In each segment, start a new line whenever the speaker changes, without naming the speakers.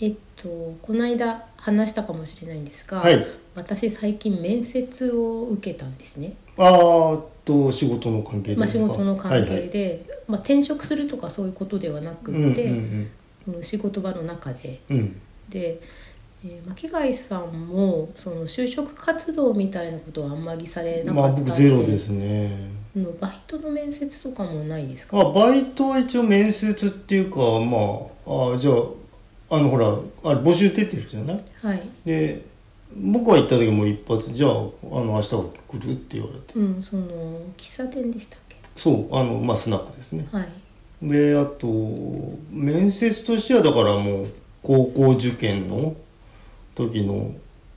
えっとこの間話したかもしれないんですが、
はい
私最近面接を受けたんですね、
あーっと仕事の関係で
まあ、
です
仕
か、
事の関係
で、
で、まあ、転職するとかそういうことではなく
うんうん
って、うん仕事場の中で
うんうん
で、えー巻貝さんもその就職活動みたいなことはあんまりされな
ま
か
あ
ったっ
僕
て
ゼロですね
のバイトの面接とかもないですか
あバイトは一応面接っていうかまああじゃああのほらあれ募集出てるじゃない
はい、
で僕が行った時も一発じゃああの明日来るって言われて
うん、その喫茶店でしたっけ
そうあのまあスナックですね
はい
であと面接としてはだからもう高校受験の時の、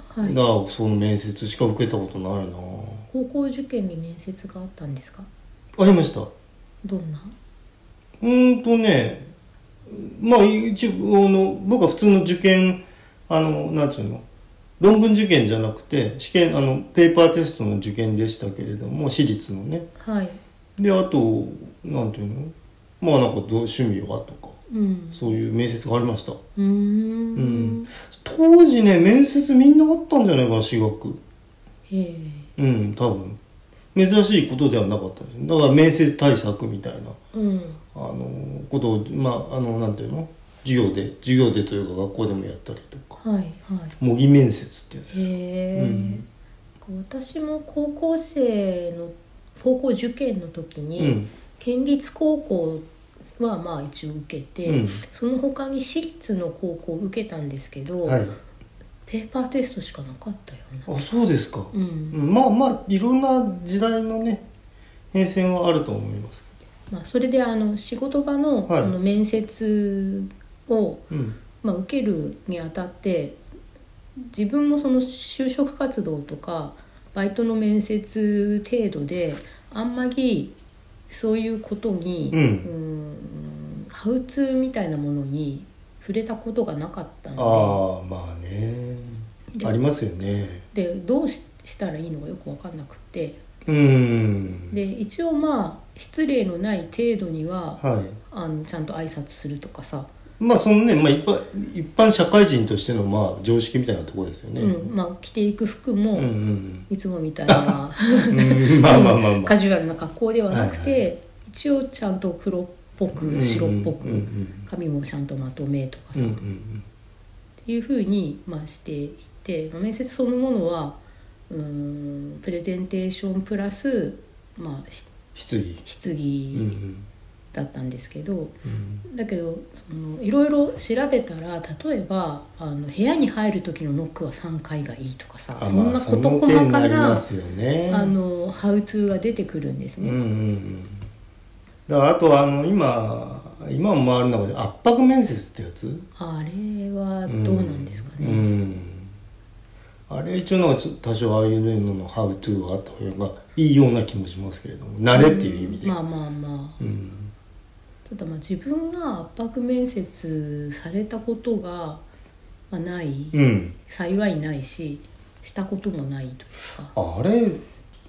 はい
だからその面接しか受けたことないな
高校受験に面接があったんですか
ありましたう
どんな
ーんとねまあ一応あの僕は普通の受験あのなんていうの論文受験じゃなくて試験あのペーパーテストの受験でしたけれども私立のね
はい
であとなんていうのまあなんかどう趣味はとか
うん
そういう面接がありました
うーん
うん当時ね面接みんなあったんじゃないかな私学
へえ
うん多分珍しいことではなかったですねだから面接対策みたいな
うん
あのことをまああのなんていうの授業で授業でというか学校でもやったりとか
はいはい
模擬面接ってやつです
へえ、
うん
私も高校生の高校受験の時
う
に、
ん
県立高校はまあ一応受けて、
うん
その他に私立の高校を受けたんですけど、
はい
ペーパーテストしかなかったよな
あそうですか、
うん、
うん、まあまあいろんな時代のね変遷はあると思います
まあ、それであの仕事場の
はい
その面接を、
けどうん
まあ、受けるにあたって自分もその就職活動とかバイトの面接程度であんまりそういうことに、
うん
うーんハウツーみたいなものに触れたことがなかったの
ああまあね
で
ありますよね
ででどうししたらいいのかよく分かんなくって
うん
で一応まあ失礼のない程度には
はい
あのちゃんと挨拶するとかさ、
まあそのね、まあ、一般一般社会人としてのまあ常識みたいなところですよね。
うんまあ、着ていく服も、
うんうん
いつもみたいな。
うんまあまあまあま
カ
あ。
ジュアルな格好ではなくて、
はいは
一応ちゃんと黒っぽく白っぽく、
うんうんうん
髪もちゃんとまとめとか
う
さ、
んうん
っていうふうに、まあ、していって、まあ面接そのものはうーんプレゼンテーションプラス、まあ、し
質疑。
質
うん
疑だったんですけど、
うん
だけどそのいろいろ調べたら例えばあの部屋に入る時のノックは3回がいいとかさ
あ
そん
まあ
な
そ
事
の
細
点
か
があり
な、
ますよね。
あのハウツーが出てくるんです
うん
ね。
うんうん。だからあとはあの今今もある中で圧迫面接ってやつ。
あれはどうなんですかね、
うんあれ一応なんかちょっと多少ああいうののハウトゥーがあった方がいいような気もしますけれども慣れっていう意味で。
まあまあまあ
うん
ただまあ自分が圧迫面接されたことがまあない、
うん、
幸いないししたこともないというか
あれ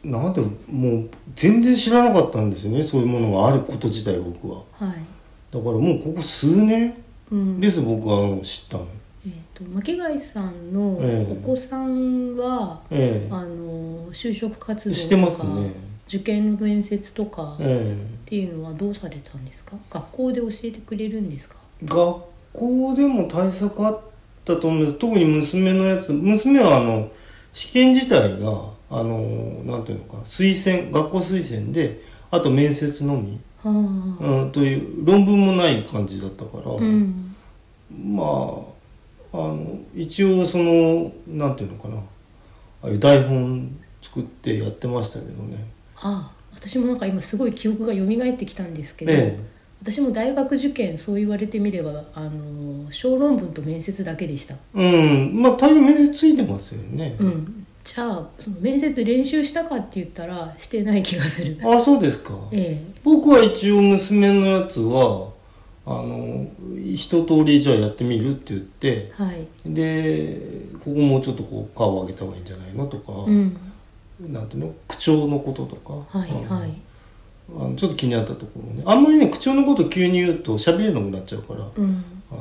なんでもう全然知らなかったんですよねそういうものがあること自体僕は
はい、
だからもうここ数年
うん、
です、僕はあの知ったの
えー、と巻貝さんの
ええ
お子さんは、
ええ
あの就職活動
してま
と
す
か、
ね
受験の面接とかっ
え
ていうのはどうされたんですか学校で教えてくれるんですか
え学校でも対策あったと思うんです特に娘のやつ娘はあの試験自体があのなんていうのかな推薦学校推薦であと面接のみ、
はあ、
うん、という論文もない感じだったから、
うん、
まああの一応そのなんていうのかなああいう台本作ってやってましたけどね
あ私もなんか今すごい記憶が蘇ってきたんですけど、
え
私も大学受験そう言われてみればあの小論文と面接だけでした、
えうんまあ大概面接ついてますよね、
うん、じゃあその面接練習したかって言ったらしてない気がする
ああそうですか
え
僕は一応娘のやつはあの一通りじゃあやってみるって言って
えはい
でここもうちょっとこう顔を上げた方がいいんじゃないのとか、
うん
なんていうの口調のこととか、
はい
うん
はい
あのちょっと気になったところねあんまりね口調のこと急に言うと喋れなくなっちゃうから、
うん
あ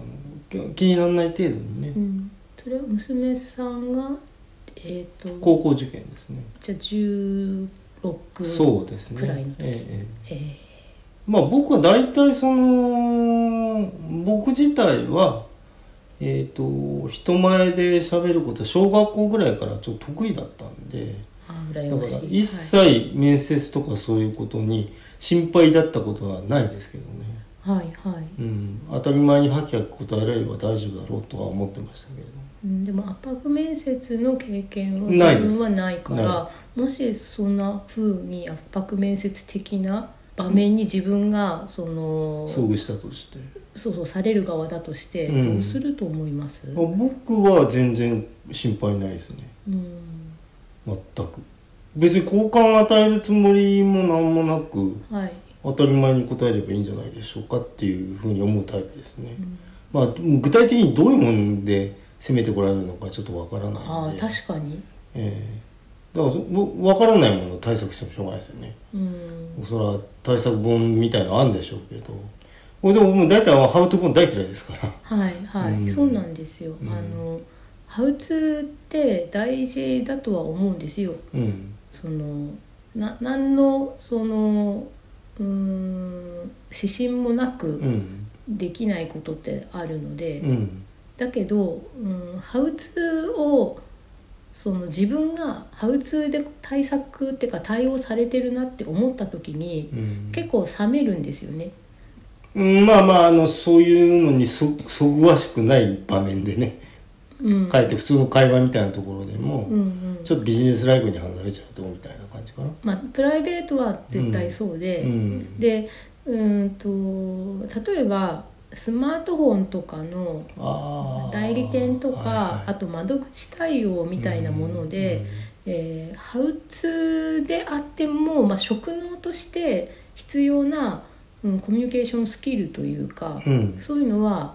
の気にならない程度にね、
うん、それは娘さんがえっ、と
高校受験ですね
じゃあ16
そうですね
くらいの時
ええええ
えー
まあ僕は大体その僕自体はえっ、と人前で喋ることは小学校ぐらいからちょっと得意だったんで
あー
だ
羨
から
ましい
一
は
切面接とかそういうことに心配だったことはないですけどね、
いはい、はい
うん、当たり前にハキハキ答えられれば大丈夫だろうとは思ってましたけれど
うんでも圧迫面接の経験は
ない
自
です
分はないから
な
もしそんな風に圧迫面接的な場面に自分がその、
遭遇したとして
そうそうされる側だとして
うん
どうすると思います、
あ僕は全然心配ないですね
うん
全く別に好感を与えるつもりも何もなく
はい
当たり前に答えればいいんじゃないでしょうかっていうふうに思うタイプですね、
ん
まあ具体的にどういうもんで攻めてこられるのかちょっとわからない
あ
の
あ
で
確かに
ええだからそわわからないものを対策してもしょうがないですよね
うん
それは対策本みたいなのあるんでしょうけどこれでももう大体はハウト本大嫌いですから
はいはい、
うん
そうなんですよ、
うん
あのハウツーって大事だとは思うんですよ
うん
そのな何のそのうーん指針もな
う
く
ん
できないことってあるので、
うん
だけど、うん、ハウツーをその自分がハウツーで対策っていうか対応されてるなって思った時に、
うん
結構冷めるんですよね。
うんまあまああのそういうのにそそぐわしくない場面でね
うん、
かえって普通の会話みたいなところでも、
うんうん
ちょっとビジネスライフに離れちゃうとみたいな感じかな。
まあ、プライベートは絶対そうで、
うん
でうーんと例えばスマートフォンとかの
あー
代理店とか、
はいはい
あと窓口対応みたいなもので、えーハウツーであっても、まあ、職能として必要な、うん、コミュニケーションスキルというか、
うん
そういうのは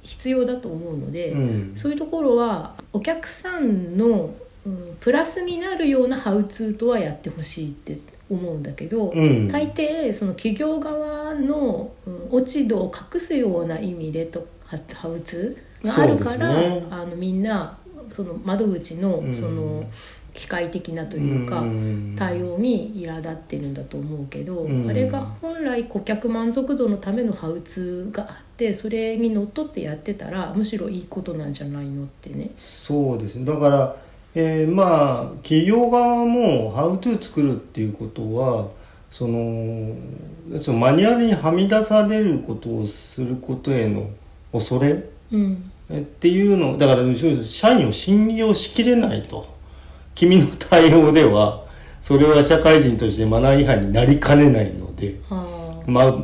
必要だと思うので、
うん
そういうところはお客さんの、うん、プラスになるようなハウツーとはやってほしいって思うんだけど、
うん
大抵その企業側の、うん、落ち度を隠すような意味でとハハウツーがあるから、
そうですね
あのみんなその窓口の
うん
その機械的なというか。
ん
対応に苛立ってるんだと思うけど、
うん
あれが本来顧客満足度のためのハウツーがあってそれにのっとってやってたらむしろいいことなんじゃないのってね。
そうですねだから、えーまあ企業側も「HowTo」作るっていうことはそのそのマニュアルにはみ出されることをすることへの恐れ
うん、
えっていうのだから社員を信用しきれないと君の対応ではそれは社会人としてマナー違反になりかねないので、
あ
まあ、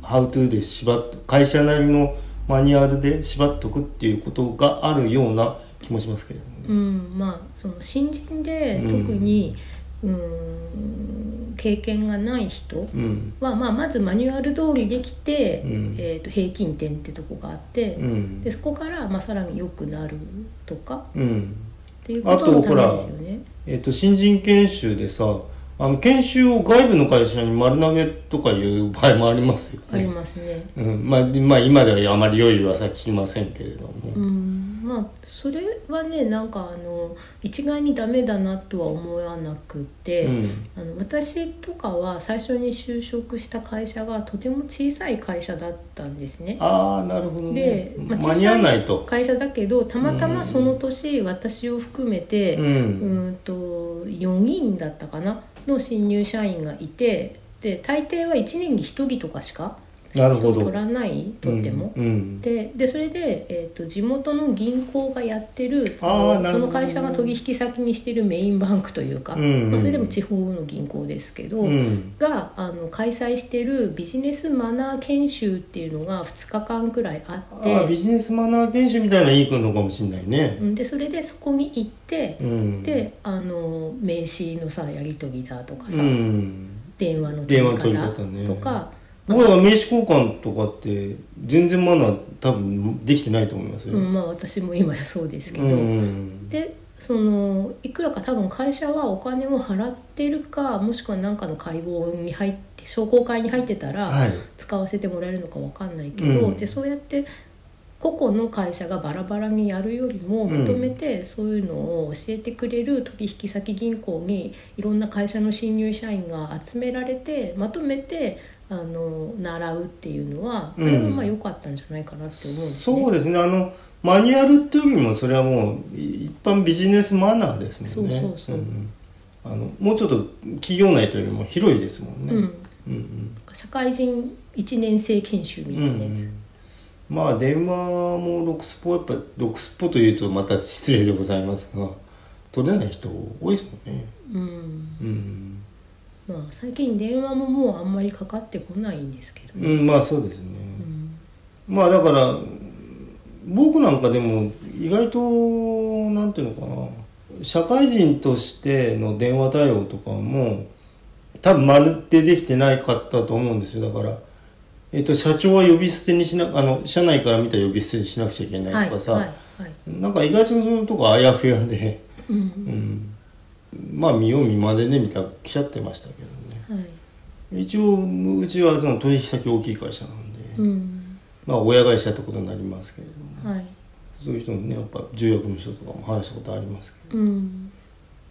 ハウトゥーで縛っ会社なりのマニュアルで縛っとくっていうことがあるような気もしますけれども
ー
ね。
うん、まあその新人で特に、うん、経験がない人
うん
は、まあ、まずマニュアル通りできて、
うん
えー、と平均点ってとこがあって、
うん
でそこから、まあ、さらに良くなるとか
うん
っていうことのためですよね。
えっと新人研修でさあの研修を外部の会社に丸投げとかいう場合もありますよ
あり
ね。
ますね。
うんまあ、まあ今ではあまり良い噂聞きませんけれども、
うん、まあそれはねなんかあの一概にダメだなとは思わなくて、
うん
あの私とかは最初に就職した会社がとても小さい会社だったんですね。
ああなるほどね
で、まあ、
間
小
に合わな
さ
い
い
と
会社だけどたまたまその年私を含めて、
うん
うんと4人だったかなの新入社員がいてで大抵は1年に1人とかしか
なるほど
人取らないとっても。
うんうん
ででそれで、えー、と地元の銀行がやってるそ
あー
の
なる
そ
ほど
の会社が取引先にしてるメインバンクというか、
うんうん
まあ、それでも地方の銀行ですけど、
うん
があの開催してるビジネスマナー研修っていうのが2日間くらいあっ
ああ
て
ビジネスマナー研修みたいなのいいのかもしれないね
う、んでそれでそこに行って、
うん、
であの名刺のさやり取りだとかさ、
うん、
電話の取り
電話の
方
取り方ね
とか、
僕は名刺交換とかって全然マナー多分できてないと思いますよ、
うんまあ、私も今やそうですけ
う
ど。
ん
でそのいくらか多分会社はお金を払ってるかもしくは何かの会合に入って商工会に入ってたら
はい
使わせてもらえるのかわかんないけど、
うん
でそうやって個々の会社がバラバラにやるよりも
うん
まとめてそういうのを教えてくれる取引先銀行にいろんな会社の新入社員が集められてまとめてあの習うっていうのはこ
うん
れはまあ良かったんじゃないかなって思うんですね。
そうですねあのマニュアルっていうよりもそれはもう一般ビジネスマナーですもんね
そうそうそうん
あのもうちょっと企業内というよりも広いですもんね、
うん、
うん
社会人1年生研修み
うん
たいなやつ、
うんまあ電話もロクスポやっぱロクスポというとまた失礼でございますが取れない人多いですもんね
うん
うん、
まあ、最近電話ももうあんまりかかってこないんですけど
う
ね、
ん、まあそうですね、
うん
まあだからうん僕なんかでも意外となんていうのかな社会人としての電話対応とかも多分まるでできてないかったと思うんですよだから、えっと、社長は呼び捨てにしなあの社内から見たら呼び捨てにしなくちゃいけな
はいいは
とか
い
さ、
はい、
なんか意外とそういうとこあやふやで、
う
うんん、まあ見よう見まねでみたいな来ちゃってましたけどね
はい
一応うちはその取引先大きい会社なんで、
うん
まあ親会社ってことになりますけれども、
はい
そういう人もねやっぱ重役の人とかも話したことありますけど
うん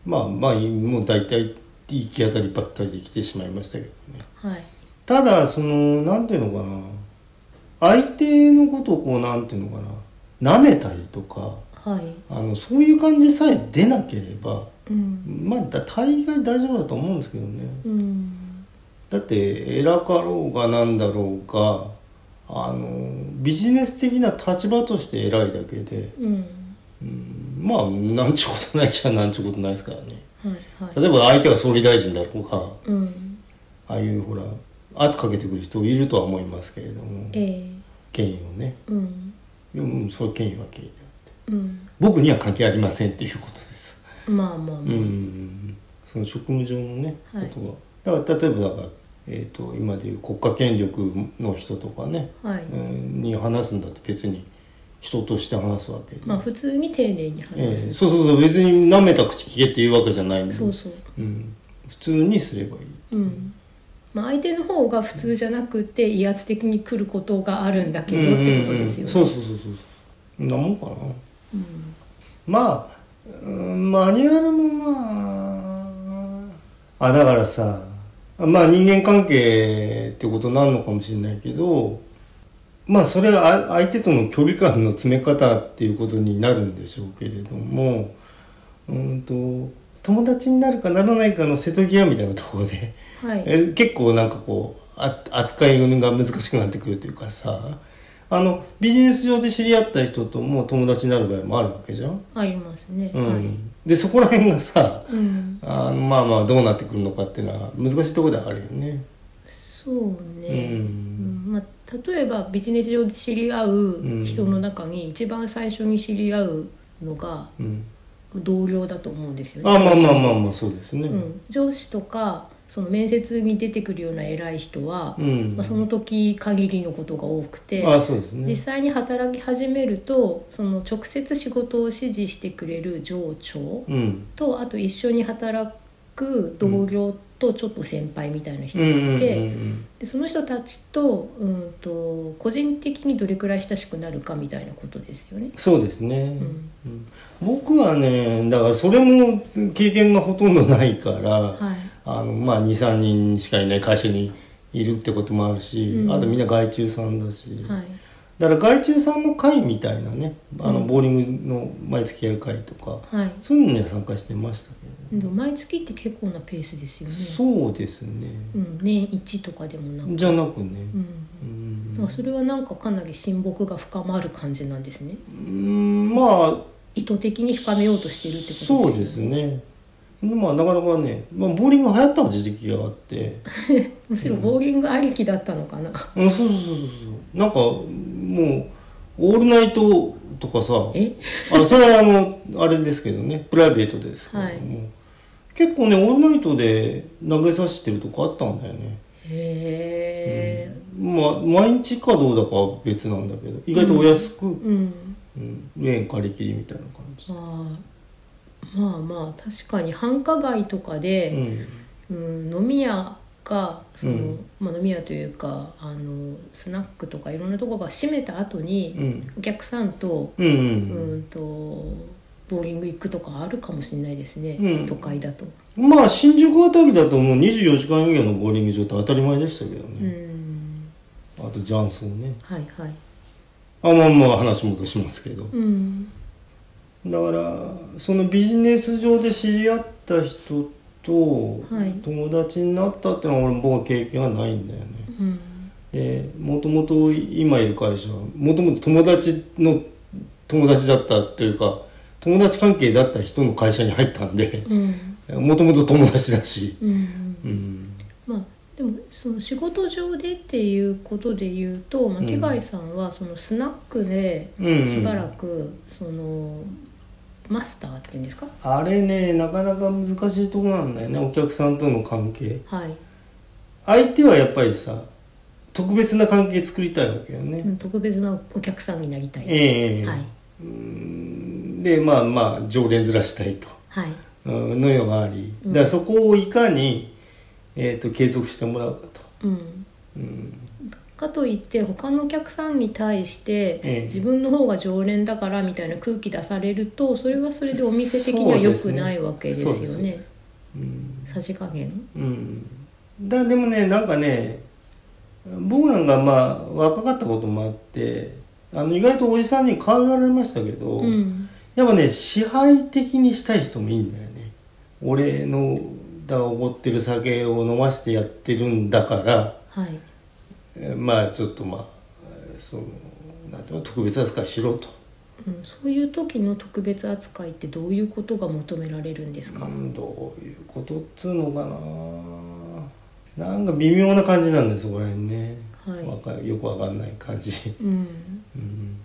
まあまあもう大体行き当たりばったりで来てしまいましたけどね
はい
ただそのなんていうのかな相手のことをこうなんていうのかな舐めたりとか
はい
あのそういう感じさえ出なければ
うん
まあだ大概大丈夫だと思うんですけどね
うん
だって偉かろうがなんだろうがあのビジネス的な立場として偉いだけで
うん
うんまあなんちゅうことないじゃなんちゅうことないですからね
はいはい
例えば相手が総理大臣だろうが
うん
ああいうほら圧かけてくる人いるとは思いますけれども
ええ
権威をね
うん
でもうんそれは権威は権威だって
うん
僕には関係ありませんっていうことです
まあまあ
うん
まあ、
その職務上のね、
はい
ことがだから例えばだから、えー、と今でいう国家権力の人とかね、
はい、
うんに話すんだって別に人として話すわけで、
まあ普通に丁寧に
ええ
話す、
そうそうそう別に舐めた口聞けって言うわけじゃないんで
そうそう
うん、普通にすればいい
うんまあ、相手の方が普通じゃなくて威圧的に来ることがあるんだけどってことですよね。
うんうんうんそうそうそうそうなもんかな
うん
まあうんマニュアルもまああだからさまあ人間関係ってことなんのかもしれないけどまあそれはあ相手との距離感の詰め方っていうことになるんでしょうけれどもうんと友達になるかならないかの瀬戸際みたいなところで
はい
え結構なんかこうあ扱いが難しくなってくるというかさあのビジネス上で知り合った人とも友達になる場合もあるわけじゃん、
ありますね。
うん
はい。
でそこら辺がさ
うん、
あのまあまあどうなってくるのかっていうのは難しいところではあるよね
そう
う
ね。うん
ん、
まあ、例えばビジネス上で知り合う人の中に一番最初に知り合うのが
うん
同僚だと思うんですよ
あ
ね。
まあまあまあまあそうですね
うん、上司とかその面接に出てくるような偉い人は、
うん
まあ、その時限りのことが多くて、
あそうですね
実際に働き始めるとその直接仕事を指示してくれる上長
うん
とあと一緒に働く同僚とちょっと先輩みたいな人
うんうんう
が
ん
いて、
うん
でその人たちとうんと個人的にどれくらい親しくなるかみたいなことですよね。
そうですね、
うん
うん僕はねだからそれも経験がほとんどないから、
はい、
あのまあ23人しかいない会社にいるってこともあるし、
うん
あとみんな外注さんだし、
はい
だから外注さんの会みたいなねあの
うん
ボーリングの毎月やる会とか、
はい
そういうのには参加してましたけど、
でも毎月って結構なペースですよね。
そうですね、
うん、年1とかでもなく、
じゃなくね、
うん
うん
まあ、それはなんかかなり親睦が深まる感じなんですね
うんまあ
意図的に深めようとしてるってこ
そ
と
うで
ですすよね
ねまあなかなかね、まあ、ボーリング流行った時期があって、
むしろボーリングありきだったのかな、
うん、そうそうそうそうそうなんかもうオールナイトとかさ
え
あのそれはあのあれですけどねプライベートですけども、
はい
結構ねオールナイトで投げさせてるとこあったんだよね、
へえ
まあ、毎日かどうだかは別なんだけど意外とお安く、
うん、
うんレーン借り切りみたいな感じ、
まあまあまあ確かに繁華街とか
う
で、
ん
うん飲み屋かその、
うん
まあ、飲み屋というかあのスナックとかいろんなところが閉めた後に、
うん
お客さんと,、
うんう
うん、
ん
とボーリング行くとかあるかもしれないですね、
うん
都会だと。
うんまあ新宿あたりだともう24時間営業のボーリング場って当たり前でしたけど
う
ね、
ん
あとジャンソンね
はいはい
あまあまあ話戻しますけど
うん
だからそのビジネス上で知り合った人と
はい
友達になったってのは俺僕は経験がないんだよね
うん
でもともと今いる会社はもともと友達の友達だったというか友達関係だった人の会社に入ったんで
うん
もともと友達だし、
うん
うん、
まあでもその仕事上でっていうことで言うと巻貝さんはそのスナックで
うんうん
しばらくそのマスターっていうんですか
あれねなかなか難しいとこなんだよねお客さんとの関係
はい
相手はやっぱりさ特別な関係作りたいわけよね、
うん特別なお客さんになりたい、
ええ
はい
でまあまあ常連ずらしたいと
はい
うんのよがありだからそこをいかに、えー、と継続してもらうかと、
うん
うん、
かといって他のお客さんに対して、
ええ
自分の方が常連だからみたいな空気出されるとそれはそれでお店的には良くないわけですよ
そうです
ね
ねうん
さじ加減
うん、だでもねなんかね僕なんかまあ若かったこともあってあの意外とおじさんに可愛がられましたけど、
うん
やっぱね支配的にしたい人もいいんだよね俺のだおごってる酒を飲ましてやってるんだから
はい
えーまあちょっとまあえーそのなんていうの特別扱いしろと、
うん、そういう時の特別扱いってどういうことが求められるんですか、
うん、どういうことっつうのかななんか微妙な感じなんだよそこら辺ね、
はい
わかよくわかんない感じ
うん
うん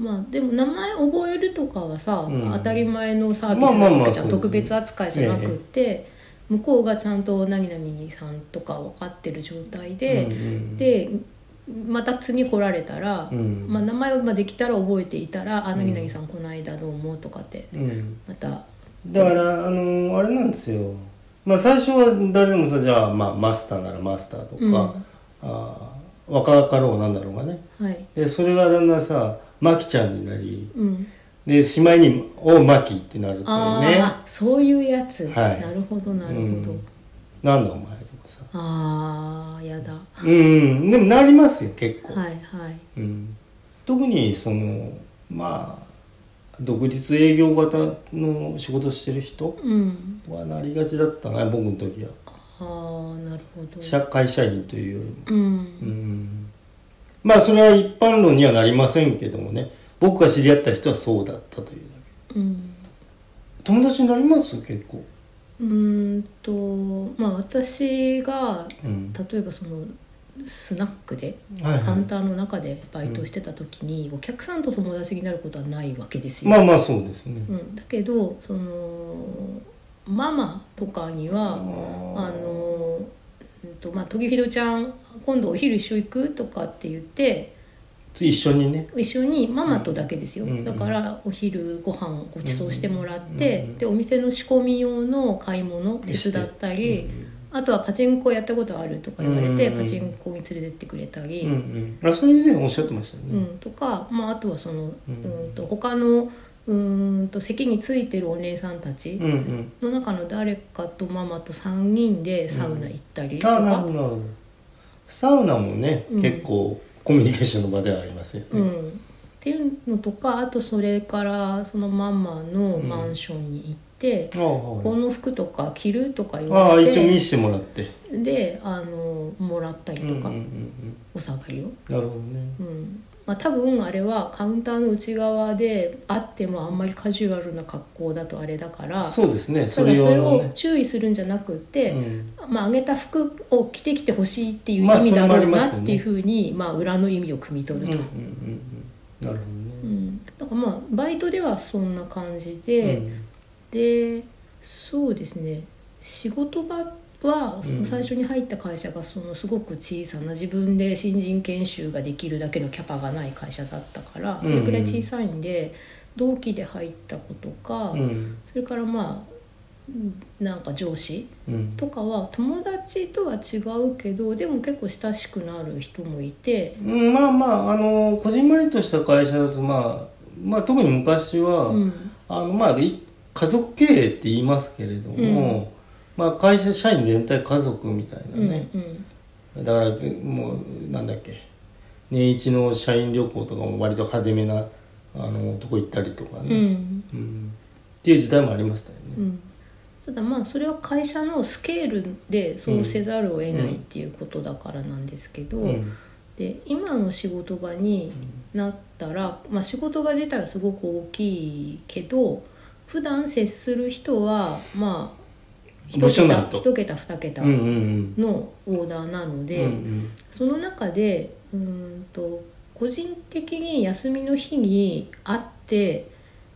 まあでも名前覚えるとかはさ、
うん
当たり前のサービス
まあ
な
まあまあ
わけじゃん、
そうですね
特別扱いじゃなくって、向こうがちゃんと何々さんとか分かってる状態で、
うんうん
でまた次来られたら、
うん
まあ、名前をまあできたら覚えていたら「あ何々さんこの間どうも」とかって
うん、
また
だからあのーあれなんですよまあ最初は誰でもさじゃあ、まあ、マスターならマスターとか、
うん
あー若かろうなんだろうがね
はい
でそれがだんだんさマキちゃんになり
うん
でしまいに「おうマキ」ってなると
あ
ね
あ、そういうやつ、
はい
なるほどなるほど、
うんなんだお前とかさ
ああやだは
うんでもなりますよ結構、
いはい
うん、特にそのまあ独立営業型の仕事してる人
うん
はなりがちだったな僕の時は
ああなるほど
社会社員というよりも
う
うんんまあそれは一般論にはなりませんけどもね僕が知り合った人はそうだったというだ
うん
け友達になります結構
うーんとまあ私が
うん
例えばそのスナックで
はいはい
カウンターの中でバイトしてた時にお客さんと友達になることはないわけですよ、
まあまあそうですね、
うん、だけどそのママとかにはあのうんとまあ「トギフィドちゃん今度お昼一緒行く?」とかって言って
一緒にね
一緒にママとだけですよ、
うん
だからお昼ご飯をご馳走してもらって、
うん
でお店の仕込み用の買い物手伝ったり、あとはパチンコやったことあるとか言われて、
うん
パチンコに連れてってくれたり、
うんうんあそれ以前おっしゃってましたよ
う
ね、
ん、とか、まあ、あとはその、う
うん
ん、と他のうんと席についてるお姉さんたち
うんう
の
ん
中の誰かとママと3人でサウナ行ったりと
ああなる
か
ほど、なるほどサウナもね、
うん
結構コミュニケーションの場ではありますよね、
うん、っていうのとかあとそれからそのママの
うん
マンションに行って、
ああ
こ
はい
の服とか着るとか言
あ
わ
あ
れ
一応見
て
せてもらって
であのもらったり
うんうん
とか、
うんうん
お下がりを。
なるほどね
うんまあ、多分あれはカウンターの内側であってもあんまりカジュアルな格好だとあれだから
そうですね
た
そ
だ
れ
そ
用
れ
の
を
ね
注意するんじゃなくて、
うん
まあ、あげた服を着てきてほしいっていう意
まあ
味だろう
それもあ
な
りますよ
っ
ね
ていうふうに、まあ裏の意味を汲み取
うん
る
うんう
と、
んうんなるほどね
うん、だからまあバイトではそんな感じ
う
で、
ん
でそうですね仕事場はその最初に入った会社がそのすごく小さな自分で新人研修ができるだけのキャパがない会社だったからそれくらい小さいんで同期で入った子とか
うん
それからまあなんか上司
うん
とかは友達とは違うけどでも結構親しくなる人もいて、
うんまあまああのこじんまりとした会社だとまあまあ特に昔は、
うん
あのまあい家族経営って言いますけれども、まあ会社社員全体家族みたいな
うん
ね、
うん
だからもうなんだっけ年一の社員旅行とかも割と派手めなあのとこ行ったりとか
う
ね、
ん
うんっていう時代もありましたよね、
うん、ただまあそれは会社のスケールでそうせざるを得ないっていうことだからなんですけど、
うん
で今の仕事場になったら、まあ、仕事場自体はすごく大きいけど普段接する人はまあ
部
一
署な
桁
んと
一桁二桁
うんうん
のオーダーなの
うん
で、
うん
その中でうーんと個人的に休みの日に会って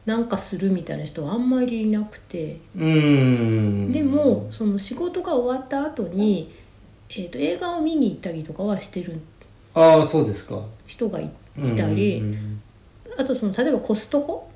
なんかするみたいな人はあんまりいなくて。
うんうん
でもその仕事が終わった後に、えー、と映画を見に行ったりとかはしてる
ああそうですか
人がいいたり、
うんうんうん
あとその例えばコストコ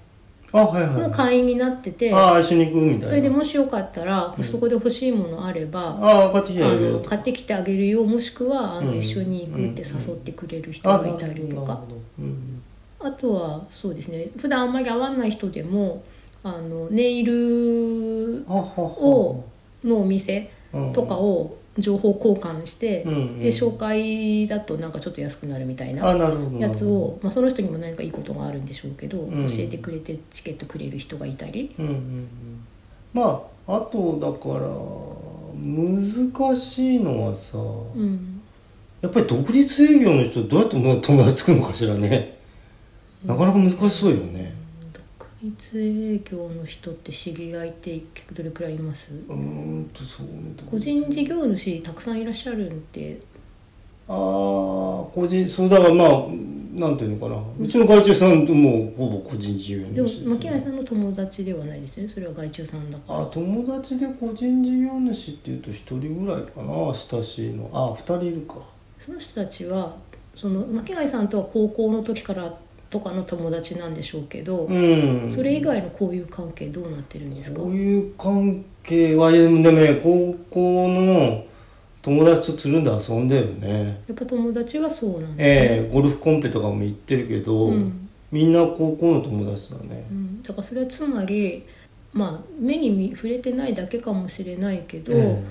あはいはい
の会員になってて、
ああ一緒に行くみたいな
それでもしよかったらコストコで欲しいものあれば、
ああ買ってき
あ
てあげるよ
の
と
買ってきてあげるよもしくはあ
う
の
ん
一緒に行くって誘ってくれる人がいたりと
あなるほどなる
か
ほ、どうん
あとはそうですね普段あんまり会わない人でもあのネイル
あはは
をのお店
うん
とかを情報交換して、
うんうん
で紹介だとなんかちょっと安くなるみたい
あ
な
なるほど
やつを、まあ、その人にも何かいいことがあるんでしょうけど、
うん
教えてくれてチケットくれる人がいたり、
うんうんうんまああとだから難しいのはさ、
うん、
やっぱり独立営業の人どうやってもう友達作るのかしらねなかなか難しそうよね、
独立営業の人って知り合いって結局どれくらいいます
うーんとそうね
個人事業主たくさんいらっしゃるんで
ああ個人そうだからまあなんていうのかなうちの会長さんともうほぼ個人事業
でも
主
牧谷さんの友達ではないですねそれは外注さんだから
あ友達で個人事業主っていうと一人ぐらいかな親しいのあ二人いるか
その人たちはその牧谷さんとは高校の時からとかの友達なんでしょうけど、
うん
それ以外の交友関係どうなってるんですか
こういう関係はでもね高校の友達とつるんで遊んでるね
やっぱ友達はそうなんですね、
ええゴルフコンペとかも行ってるけど、
うん
みんな高校の友達だね
うん、だからそれはつまりまあ目に見触れてないだけかもしれないけど、
え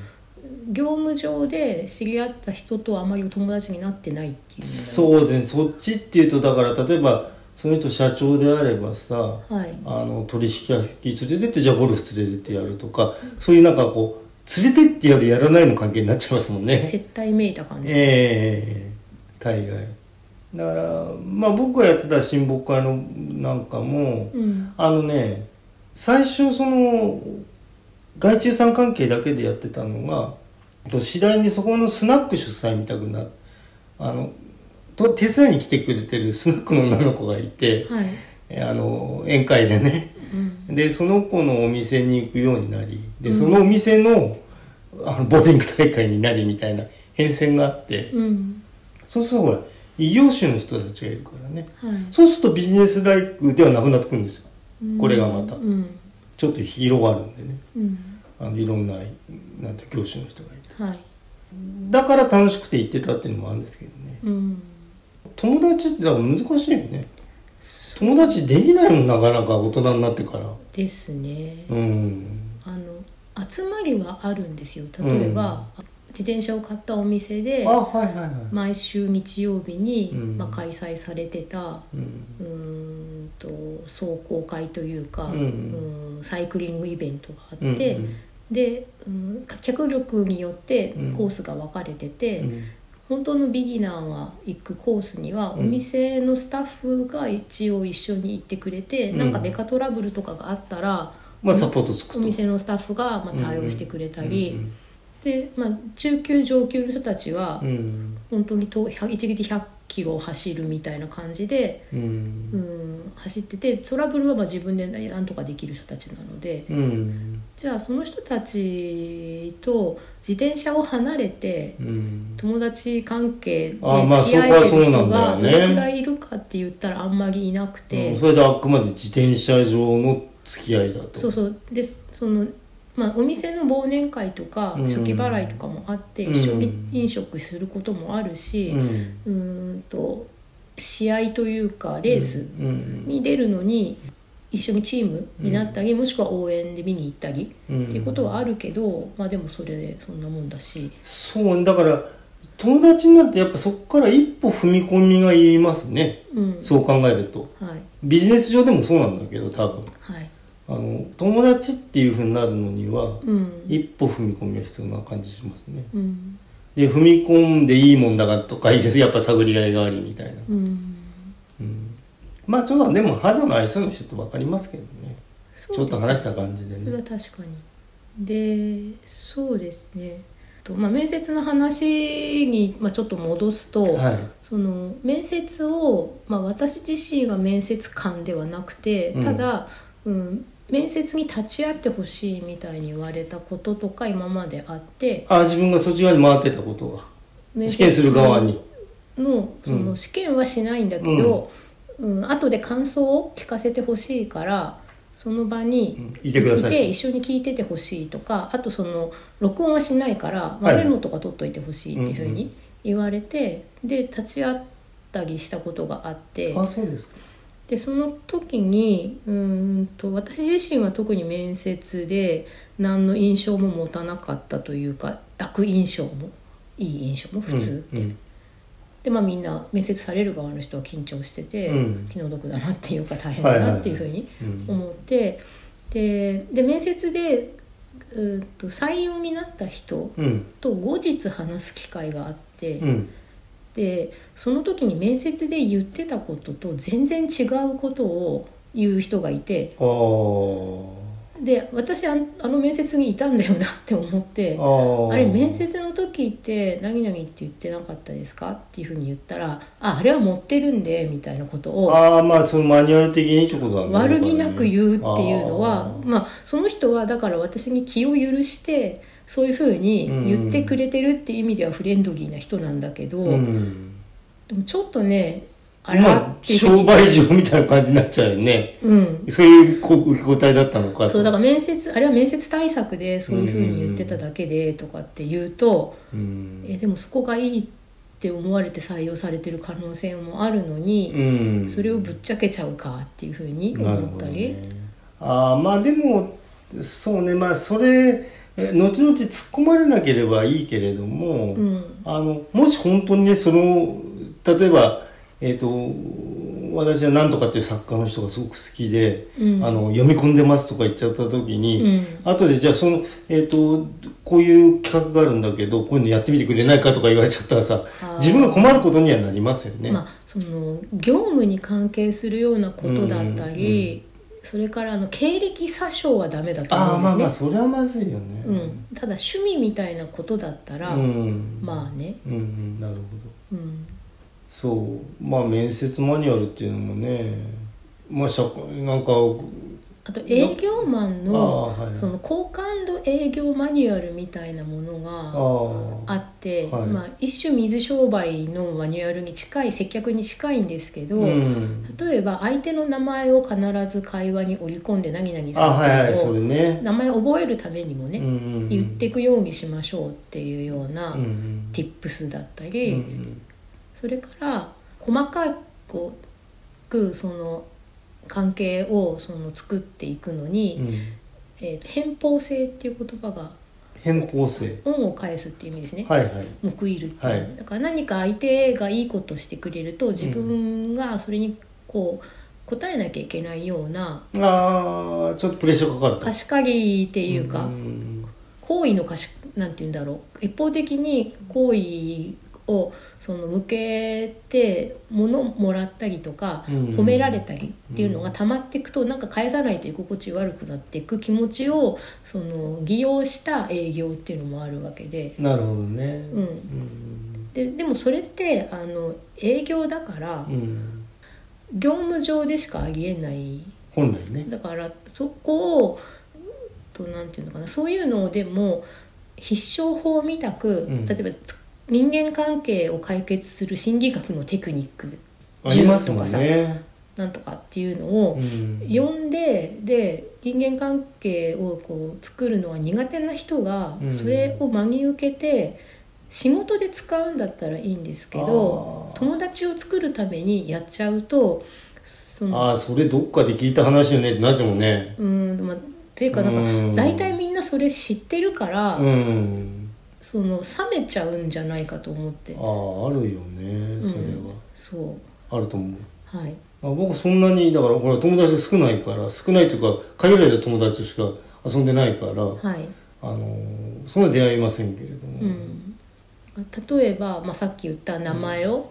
業務上で知り合った人とあまりお友達になってないっていう
え
のが
そうですねそっちっていうとだから例えばその人社長であればさ
はい
あの取引先連れてってじゃあゴルフ連れてってやるとかそういうなんかこう連れてってやるやらないの関係になっちゃいますもんね
接待めいた感じ、
ええ大概だからまあ僕がやってた親睦会のなんかも、
うん
あのね最初その外注さん関係だけでやってたのがと次第にそこのスナック主催みたくなっあのと手伝いに来てくれてるスナックの女の子がいて、
はい、
えあの宴会でね
うん、
でその子のお店に行くようになりでそのお店の,、あのボーリング大会になりみたいな変遷があって、
うん
そうするとほら異業種の人たちがいるからね
はい
そうするとビジネスライクではなくなってくるんですよ
うん
これがまた
うん
ちょっと広がるんでね
うん
あのいろんななんて業種の人がいて
はい
だから楽しくて行ってたっていうのもあるんですけどね
うん
友達ってだから難しいよね友達できないもんなかなか大人になってから
ですね、
うん
あの集まりはあるんですよ例えば、自転車を買ったお店で
あはいはいはい、
毎週日曜日に、
うん
まあ、開催されてた
うん
うーんと壮行会というか、
う
うんーんサイクリングイベントがあって、
うん
で、うん、脚力によって
うん
コースが分かれてて、
うん
本当のビギナーは行くコースには
う
お
ん
店のスタッフが一応一緒に行ってくれて、
うん
なんかベカトラブルとかがあったら
まあサポートつくと
お店のスタッフがまあ対応してくれたり、
うん
で、まあ、中級上級の人たちは
うんうん
本当にと1日100キロを走るみたいな感じで、
うん
うん、走っててトラブルはまあ自分で何とかできる人たちなので
うん
じゃあその人たちと自転車を離れて
うん
友達関係で
あまあ
付き合えてる人が
そこはそうなん
ど
だよ
れ
ね
くらいいるかって言ったらあんまりいなくて、
うんそれであくまで自転車上の付き合いだと
そうそうでそのまあ、お店の忘年会とか
うん
初期払いとかもあって、
うん
一緒に飲食することもあるし、
うん
うーんと試合というかレース
うん
に出るのに一緒にチームになったり、もしくは応援で見に行ったり
うん
っていうことはあるけど、まあ、でもそれでそんなもんだし
そうだから友達になるとやっぱそこから一歩踏み込みがいりますね
うん
そう考えると
はい
ビジネス上でもそうなんだけど多分
はい
あの友達っていうふうになるのには
うん、
一歩踏み込みが必要な感じしますね
うん
で踏み込んでいいもんだかとかいいですやっぱ探りがいがありみたいな、
うん、
うん、まあちょっとでも肌の愛想の人って分かりますけどね
そう
ちょっと
ですね
話した感じで
それは
ね
確かにでそうですねと、まあ、面接の話に、まあ、ちょっと戻すと、
はい
その面接を、まあ、私自身は面接官ではなくて
うん
ただ、うん面接に立ち会ってほしいみたいに言われたこととか今まであって
あ自分がそっち側に回ってたことが
面
試
接
験する側に
のそ
うん
の試験はしないんだけど、うん後で感想を聞かせてほしいからその場に
うんいてください
一緒に聞いててほしいとかあとその録音はしないから、ま
は
あ、
いはい
メモとか取っといてほしいっていうふう
うん
に言われて、で立ち会ったりしたことがあって
あそうですか
でその時にうーんと私自身は特に面接で何の印象も持たなかったというか悪印象もいい印象も普通。
うん
でまあみんな面接される側の人は緊張してて、
うん
気の毒だなっていうか大変だなっていうふうに
うんうん
思って、でで面接でうーんと採用になった人
うん
と後日話す機会があって、
うん
でその時に面接で言ってたことと全然違うことを言う人がいて
あー
で私ああの面接にいたんだよなって思って。
あ
あれ面
接
接の時って「何々って言ってなかったですか?」っていうふうに言ったら「ああれは持ってるんで」みたいなことを
ああまあそのマニュアル的にってことなんだね
悪気なく言うっていうの
あ
は
ー
まあその人はだから私に気を許してそういうふうに言ってくれてるっていう意味ではフレンドリーな人なんだけど、
うん
でもちょっとねあ
ま
ら
あ
っていうふう
商
に、
売上みたいな感じになっちゃうよね
うん、
そういうこ受け答えだったのか
そうだ
か
から面接あれは面接対策でそういうふうに言ってただけでとかって言うと。
らうん
えでもそこがいいって思われて採用されてる可能性もあるのに、
うん
それをぶっちゃけちゃうかっていうふうに
なる
思っ
ほど
たり、
ね、ああまあでもそうねまあそれえ後々突っ込まれなければいいけれども、
うん
あのもし本当にねその例えば、えっと私は何とかっていう作家の人がすごく好きで、
うん
あの読み込んでますとか言っちゃった時に、
うん
後でじゃあその、えっとこういう企画があるんだけどこういうのやってみてくれないかとか言われちゃったらさ
ー
自分が困ることにはなりますよね。
まあ、その業務に関係するようなことだったり、それからあの経歴詐称はダメだと
ああ
思
ま
う
あ
んで
まあ
すね。
それはまずいよね。
うん、ただ趣味みたいなことだったら、
うん
まあね、
うんうんなるほど
うん、
そうまあ面接マニュアルっていうのもねまあ社なんか
あと営業マンの
あーはい
その好感度営業マニュアルみたいなものが
あ
あって、
はい
まあ、一種水商売のマニュアルに近い接客に近いんですけど、
うん、
例えば相手の名前を必ず会話に織り込んで何々
あはい
さ
は
ん
いそ
を
れね、
名前を覚えるためにもね、
うんうんうん
言っていくようにしましょうっていうような、
うんうん、
tips だった
う
り、
ん
それから細かくその関係をその作っていくの
う
に、
ん、
えーと偏方性っていう言葉が
偏方性
恩を返すっていう意味ですね。
はいはい
報いるっていう、
はい
だから何か相手がいいことをしてくれると自分がそれにこう応えなきゃいけないような
ああちょっとプレッシャーかかると
貸し借りっていうか、
ん
行為の貸しなんて言うんだろう一方的に行為をその向けて物をもらったりとか、
うん
褒められたりっていうのが溜まっていくとなんか返さないと居心地悪くなっていく気持ちをその利用した営業っていうのもあるわけで。
なるほどね
う
うん
んででもそれってあの営業だから
うん、うん、
業務上でしかありえない
本来ね
だからそこをとなんていうのかなそういうのをでも必勝法みたく、
うん
例えばつ人間関係を解決する心理学のテクニック
ありますもんね
なんとかっていうのを
うん
読んでで人間関係をこう作るのは苦手な人が
うん
それを真に受けて仕事で使うんだったらいいんですけど
あー
友達を作るためにやっちゃうとその
ああそれどっかで聞いた話よねってなっちゃうもんね
うんまあっていうかな
うんん
か大体みんなそれ知ってるから、
うん
その冷めちゃうんじゃないかと思って
あああるよねそれは、
そう
あると思う
はい
あ僕そんなにだからほら友達が少ないから少ないというか限られた友達としか遊んでないから、
はい、
あのーそんな出会いませんけれども、
うん、例えば、まあ、さっき言った名前を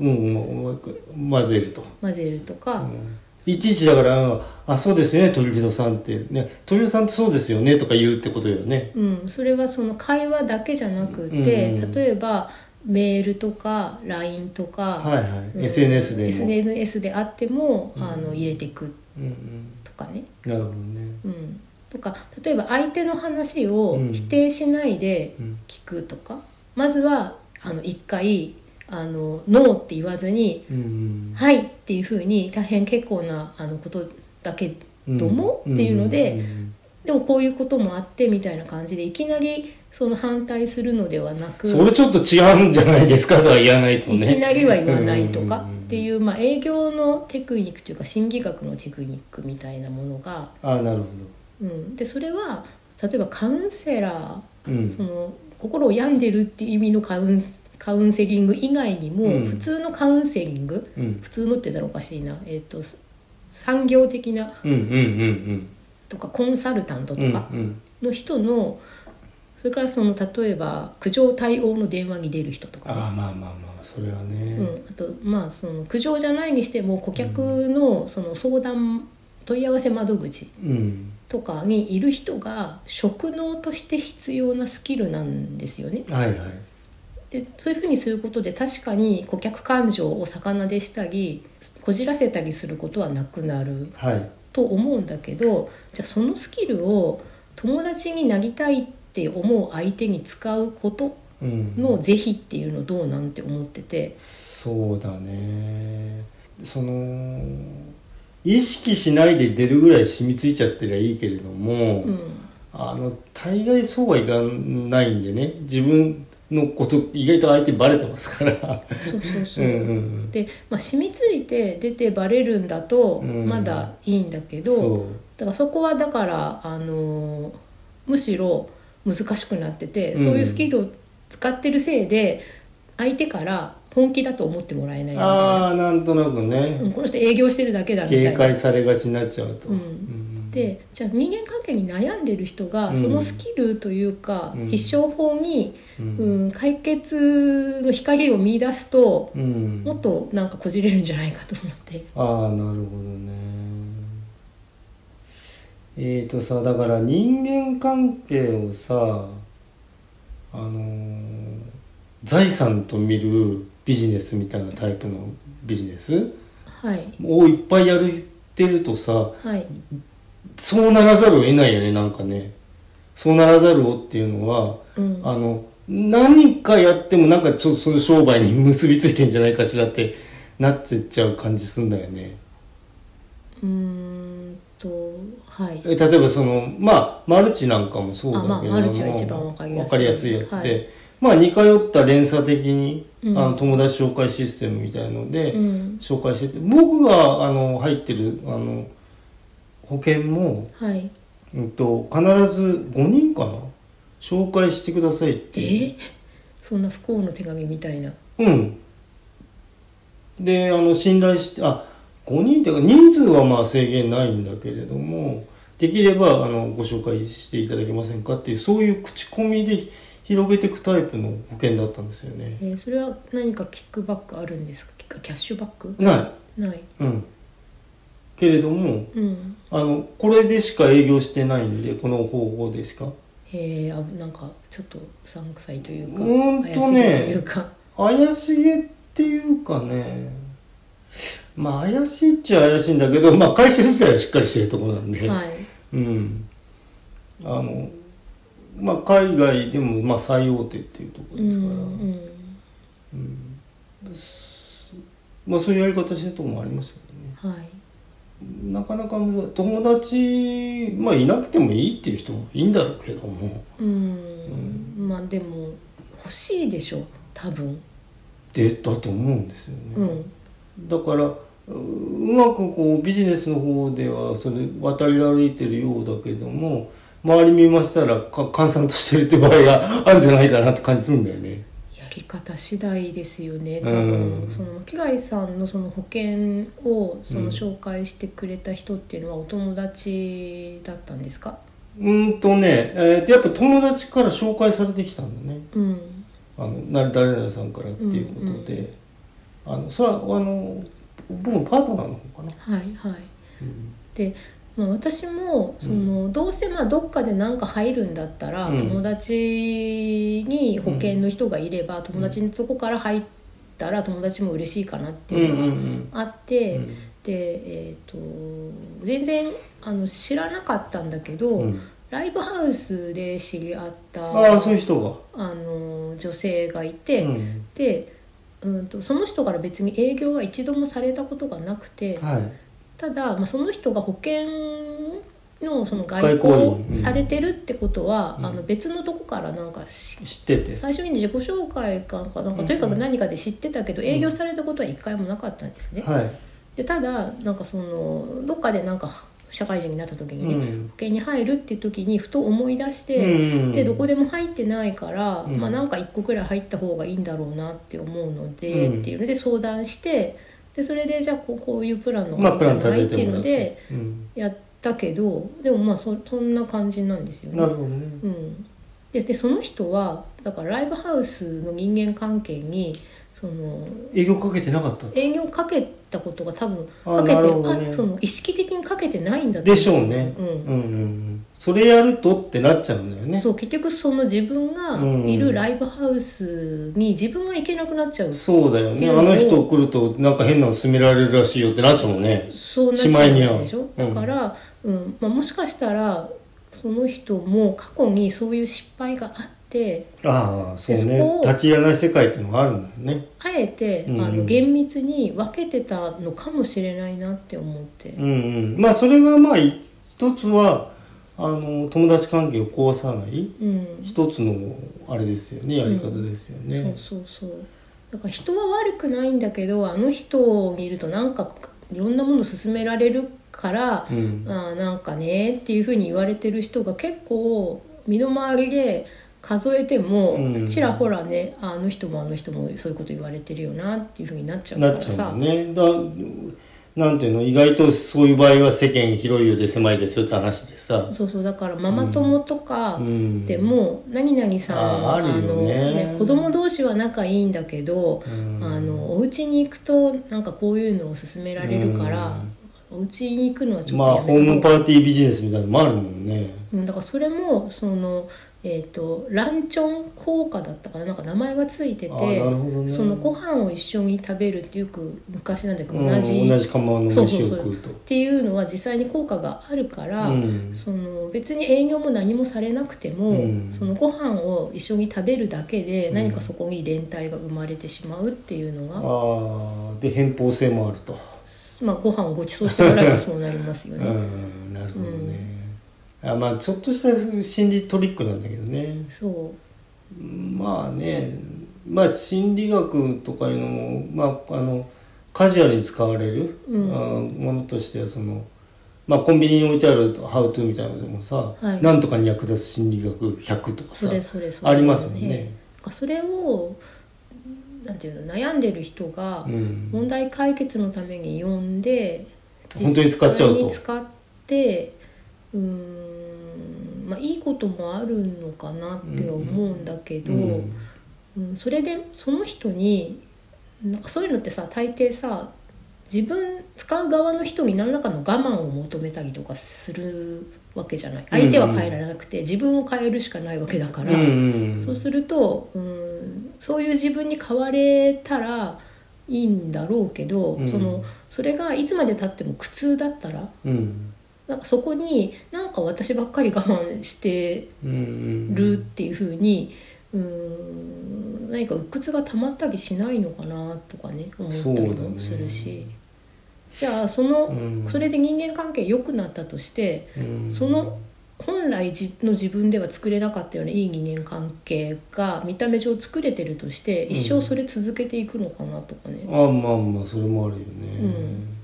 もうま混ぜると、
混ぜるとか、
うんいちいちだから「あそうですよね鳥人さん」って「ね鳥人さんってそうですよね」とか言うってことよね
うん、それはその会話だけじゃなくて、
うん
例えばメールとか LINE とか、
はいはい、
うん
SNS でも、
SNS であっても、あ
う
の
ん
入れていく
うんうん、
とかね、
なるほどね、
うん、とか例えば相手の話を
うん
否定しないで
うん
聞くとか、まずはあの一回あの「ノー」って言わずに
うんうん
「はい」っていうふうに大変結構なあのことだけ
うん
ども、っていうので、
んん
でもこういうこともあってみたいな感じでいきなりその反対するのではなく
それちょっと違うんじゃないですかとは言わないと
い
ね
きなりは言わないとか
うんうんうん
っていう、まあ、営業のテクニックというか心理学のテクニックみたいなものが、
ああなるほ
うん、でそれは例えばカウンセラ
ど、うん
ーその心を病んでるっていう意味のカウンカウンセリング以外にも、
うん
普通のカウンセリング
うん
普通のって言ったらおかしいな、えっと産業的な
うんうんうん
とかコンサルタント
うん
と
うん
か
うん
の人のそれからその例えば苦情対応の電話に出る人とかね
ああまあまあまあそれはね、
うん、あとまあその苦情じゃないにしても顧客のその相談問い合わせ窓口
うん、
とかにいる人が職能として必要なスキルなんですよね。
はいはい
でそういうふうにすることで確かに顧客感情を逆なでしたりこじらせたりすることはなくなる
はい
と思うんだけどじゃあそのスキルを友達になりたいって思う相手に使うこと
うん
の是非っていうのどうなんて思ってて。
そうだねその意識しないで出るぐらい染みついちゃってりゃいいけれども、
うん
あの大概そうはいかないんでね自分のこと意外と相手バレてますから
そうそう そううん
うん
で、まあ、染みついて出てバレるんだと
うん
まだいいんだけ
うん
ど、
そ
だからそこはだから、あのーむしろ難しくなってて、
うん
そういうスキルを使ってるせいで相手から本気だと思ってもらえないみた
う
いな
ああなんとなくね、
うん、この人営業してるだけだみたいな。
警戒されがちになっちゃうと、
うん
ん
でじゃあ人間関係に悩んでる人が、
うん
そのスキルというか、
うん
必勝法に、
う
うんん、解決の光を見出すと、
うん
もっとなんかこじれるんじゃないかと思って。
ああなるほどねえーとさだから人間関係をさあのー財産と見るビジネスみたいなタイプのビジネス
はい
をいっぱいやってるとさ
はい
そうならざるを得ないよねなんかねそうならざるをっていうのは
うん
あの何かやってもなんかちょっとその商売に結びついてんじゃないかしらってなっちゃう感じすんだよね。
うーんとはい
え例えばそのまあマルチなんかもそうだけど
あまあマルチは一番わかりやすい
わやつで、
はい
まあ似通った連鎖的に、
うん
あの友達紹介システムみたいので、
うん
紹介してて僕があの入ってるあの保険も、
はい
うん、と必ず5人かな紹介してくださいって
えそんな不幸の手紙みたいな
うんであの信頼してあ5人っていうか人数はまあ制限ないんだけれどもできればあのご紹介していただけませんかっていうそういう口コミで広げていくタイプの保険だったんですよね
えーそれは何かキックバックあるんですかキックキャッシュバック
な
ない
いうんけれども
うん
あのこれでしか営業してないんでこの方法でしか
えー、あなんかちょっとうさんくさいというか
うーんと
怪しいと
ね
いうか
怪しげっていうかねまあ怪しいっちゃ怪しいんだけど、まあ、会社自体はしっかりしてるところなんで、
はい
うん、あのまあ海外でもまあ最大手っていうところ
う
ですから、
ん
まあそういうやり方してるところもありますよね
うんはい
なかなか難しい友達まあいなくてもいいっていう人もいいんだろうけども
うん、まあでも欲しいでしょ多分
出たと思うんですよね、
うん
だからううまくこうビジネスの方ではそれ渡り歩いてるようだけども周り見ましたらか閑散としてるって場合があるんじゃないかなって感じするんだよね。
やり方次第ですよね多
う
分
ん
その巻貝さんのその保険をそ
うん
の紹介してくれた人っていうのはお友達だったんですか
うーんとね、えーとやっぱ友達から紹介されてきたんだね
うん
あの誰誰々さんからっていうことで、あのそれはあの僕のパートナーの方かな。
はいはい
うん
で、まあ、私もその、どうせまあどっかで何か入るんだったら、
うん
友達に保険の人がいれば、友達のとこから入ったら友達も嬉しいかなっていう
う
のが
ん
あって、
うん
で、えー、と全然あの知らなかったんだけど、
うん
ライブハウスで知り合った
ああそういう人が。
あの女性がいて、
うん
で、うん、とその人から別に営業は一度もされたことがなくて。
はい
ただ、まあ、その人が保険のその
外
外
交
交
を
を
うん
されてるってことは、
うん
あの別のとこからなんかし
知ってて。
最初に自己紹介かなんかなん
う
か
ん
とにかく何かで知ってたけど営業されたことは一回もなかったんですね。
はい。
でただなんかそのどっかでなんか社会人になった時にね、
うん
保険に入るっていう時にふと思い出して、
うん
でどこでも入ってないから、
うん
まあ、なんか1個くらい入った方がいいんだろうなって思うので、
うん
っていうので相談してでそれでじゃあこうこういうプランの
ま
方
あプ
がい
ラ
い
ン
んじゃな
立
いってて
て
いう
もらっ
の
て
で。
うん
やったけどでもまあそそんな感じなんですよね。
なるほどね。
うん、ででその人はだからライブハウスの人間関係にその
営業かけてなかったって。
営業かけたことが多分
あ
かけて
なるほどね
あその意識的にかけてないんだと
でし
思
ょうん
すよ
ね。
う
うん
ん
うんうん。それやるとってなっちゃうんだよね。
そう結局その自分がい
うん
るライブハウスに自分が行けなくなっちゃう、
そうだよ
って
ね。
い
あ
うのを
の人来るとなんか変なの勧められるらしいよってなっちゃうもんね。
そうなっちゃいますでし
し
ょ
まいに
だ
はうん
から、うんまあ、もしかしたらその人も過去にそういう失敗があって
ああ、そう
でそ
ね
こ。を
立ち入らない世界ってのがあるんだよね。
あえて、
うん
あの厳密に分けてたのかもしれないなって思って、
うんうん。まあそれがまあ一つは、あの、友達関係を壊さない
うん
一つのあれですよね、やり方ですよね。
そうそうそうだから人は悪くないんだけどあの人にいるとなんかいろんなもの勧められるから、
うん
あーなんかねっていうふうに言われてる人が結構身の回りで数えても、
うん
ちらほらねあの人もあの人もそういうこと言われてるよなっていうふうになっちゃうか
なっ
ら
ちゃう
さ
もんねだなんていうの意外とそういう場合は世間広いようで狭いですよって話でさ
そうそうだからママ友とか、
うん
でも何々さん
ああるよね
の子供同士は仲いいんだけど、
うん
あのお家に行くとなんかこういうのを勧められるから、お家に行くのはちょっ
ま
と
あ
やめた
ホ
方が
ームパーティービジネスみたいなのもあるもんね
うんだからそれもその、えー、とランチョン効果だったからなんか名前がついてて、
ああなるほどね
そのご飯を一緒に食べるってよく昔なんだけど、
うん
同じ
同
っ
じ釜の飯
そ
を
うそうそう
食うと
ていうのは実際に効果があるから、
うん
その別に営業も何もされなくても、
うん
そのご飯を一緒に食べるだけで何かそこに連帯が生まれてしまうっていうのが、
ああで偏方性もあると
まあ、ご飯をご馳走してもらえばそうなりますよ
う
ね。
んなるほどね、あまあちょっとした心理トリックなんだけどね
そう
まあねまあ心理学とかいうのも、まあ、あのカジュアルに使われる、
うん
あーものとしてはその、まあ、コンビニに置いてある「ハウトゥー」みたいなのでもさ、
はい
なんとかに役立つ心理学100とかさ
それそれそれ
ありますもんね。
なんかそれをなんていうの悩んでる人が
うん
問題解決のために読んで、
本当に使っちゃうと
実際に使ってうーんまあいいこともあるのかなっては思うんだけど、
うん
うんそれでその人になんかそういうのってさ大抵さ自分使う側の人に何らかの我慢を求めたりとかするわけじゃない相手は変えられなくて、自分を変えるしかないわけだから、
うん
そうするとうんそういう自分に変われたらいいんだろうけど、
うん
そのそれがいつまでたっても苦痛だったら
うん
なんかそこになんか私ばっかり我慢して
うんうん
るっていうふうに、うん、何か鬱屈が溜まったりしないのかなとかね思った
そうだ
り
ね
もするしじゃあその、
うん
それで人間関係良くなったとして
うん
その本来じの自分では作れなかったようないい人間関係が見た目上作れてるとして一生それ続けていくのかなとかね、
あまあまあそれもあるよね、
うん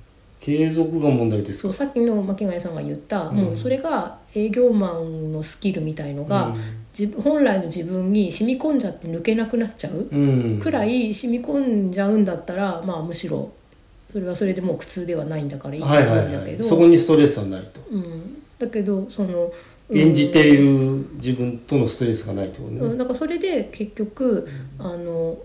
継続が問題です
そ
か
うさっきの巻貝さんが言った、
うん
もうそれが営業マンのスキルみたいのが、自分本来の自分に染み込んじゃって抜けなくなっちゃう
うん、
くらい染み込んじゃうんだったら、まあ、むしろそれはそれでもう苦痛ではないんだからいいと思
は
う
いはい
んだ
は
け
い
ど、
そこにストレスはないと
うん、だけどそのうん
演じている自分とのストレスがないってことね、
うん、なんかそれで結局あの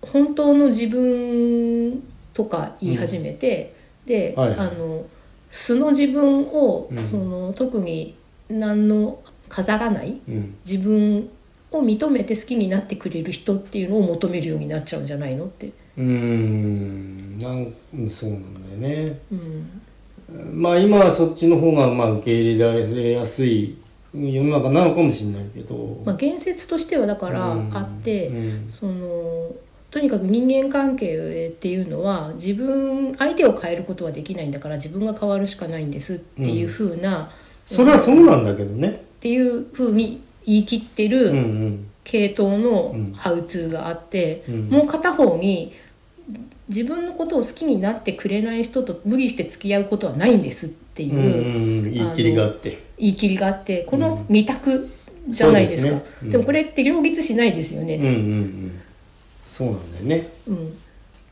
本当の自分とか言い始めて、で、
はいはい
あの素の自分を、
うん
その特に何の飾らない
うん
自分を認めて好きになってくれる人っていうのを求めるようになっちゃうんじゃないのって、
うーんなんうんそうなんだよね
うん
まあ今はそっちの方がまあ受け入れられやすい世の中なのかもしれないけど、
まあ、言説としてはだから
うん
あって、
うん
そのとにかく人間関係っていうのは自分相手を変えることはできないんだから自分が変わるしかないんですっていうふうな、っ
それはそうなんだけどね
ていうふうに言い切って
うんう
る
ん
系統
うん
のハウツーがあって、
うん
もう片方に自分のことを好きになってくれない人と無理して付き合うことはないんですってい
うんうん
う
うん言い切りがあって
言い切りがあってこの二択じゃないですか、
そうですねうん
でもこれって両立しないですよ
うんう
ね。
んうんそうなんだよね
うん、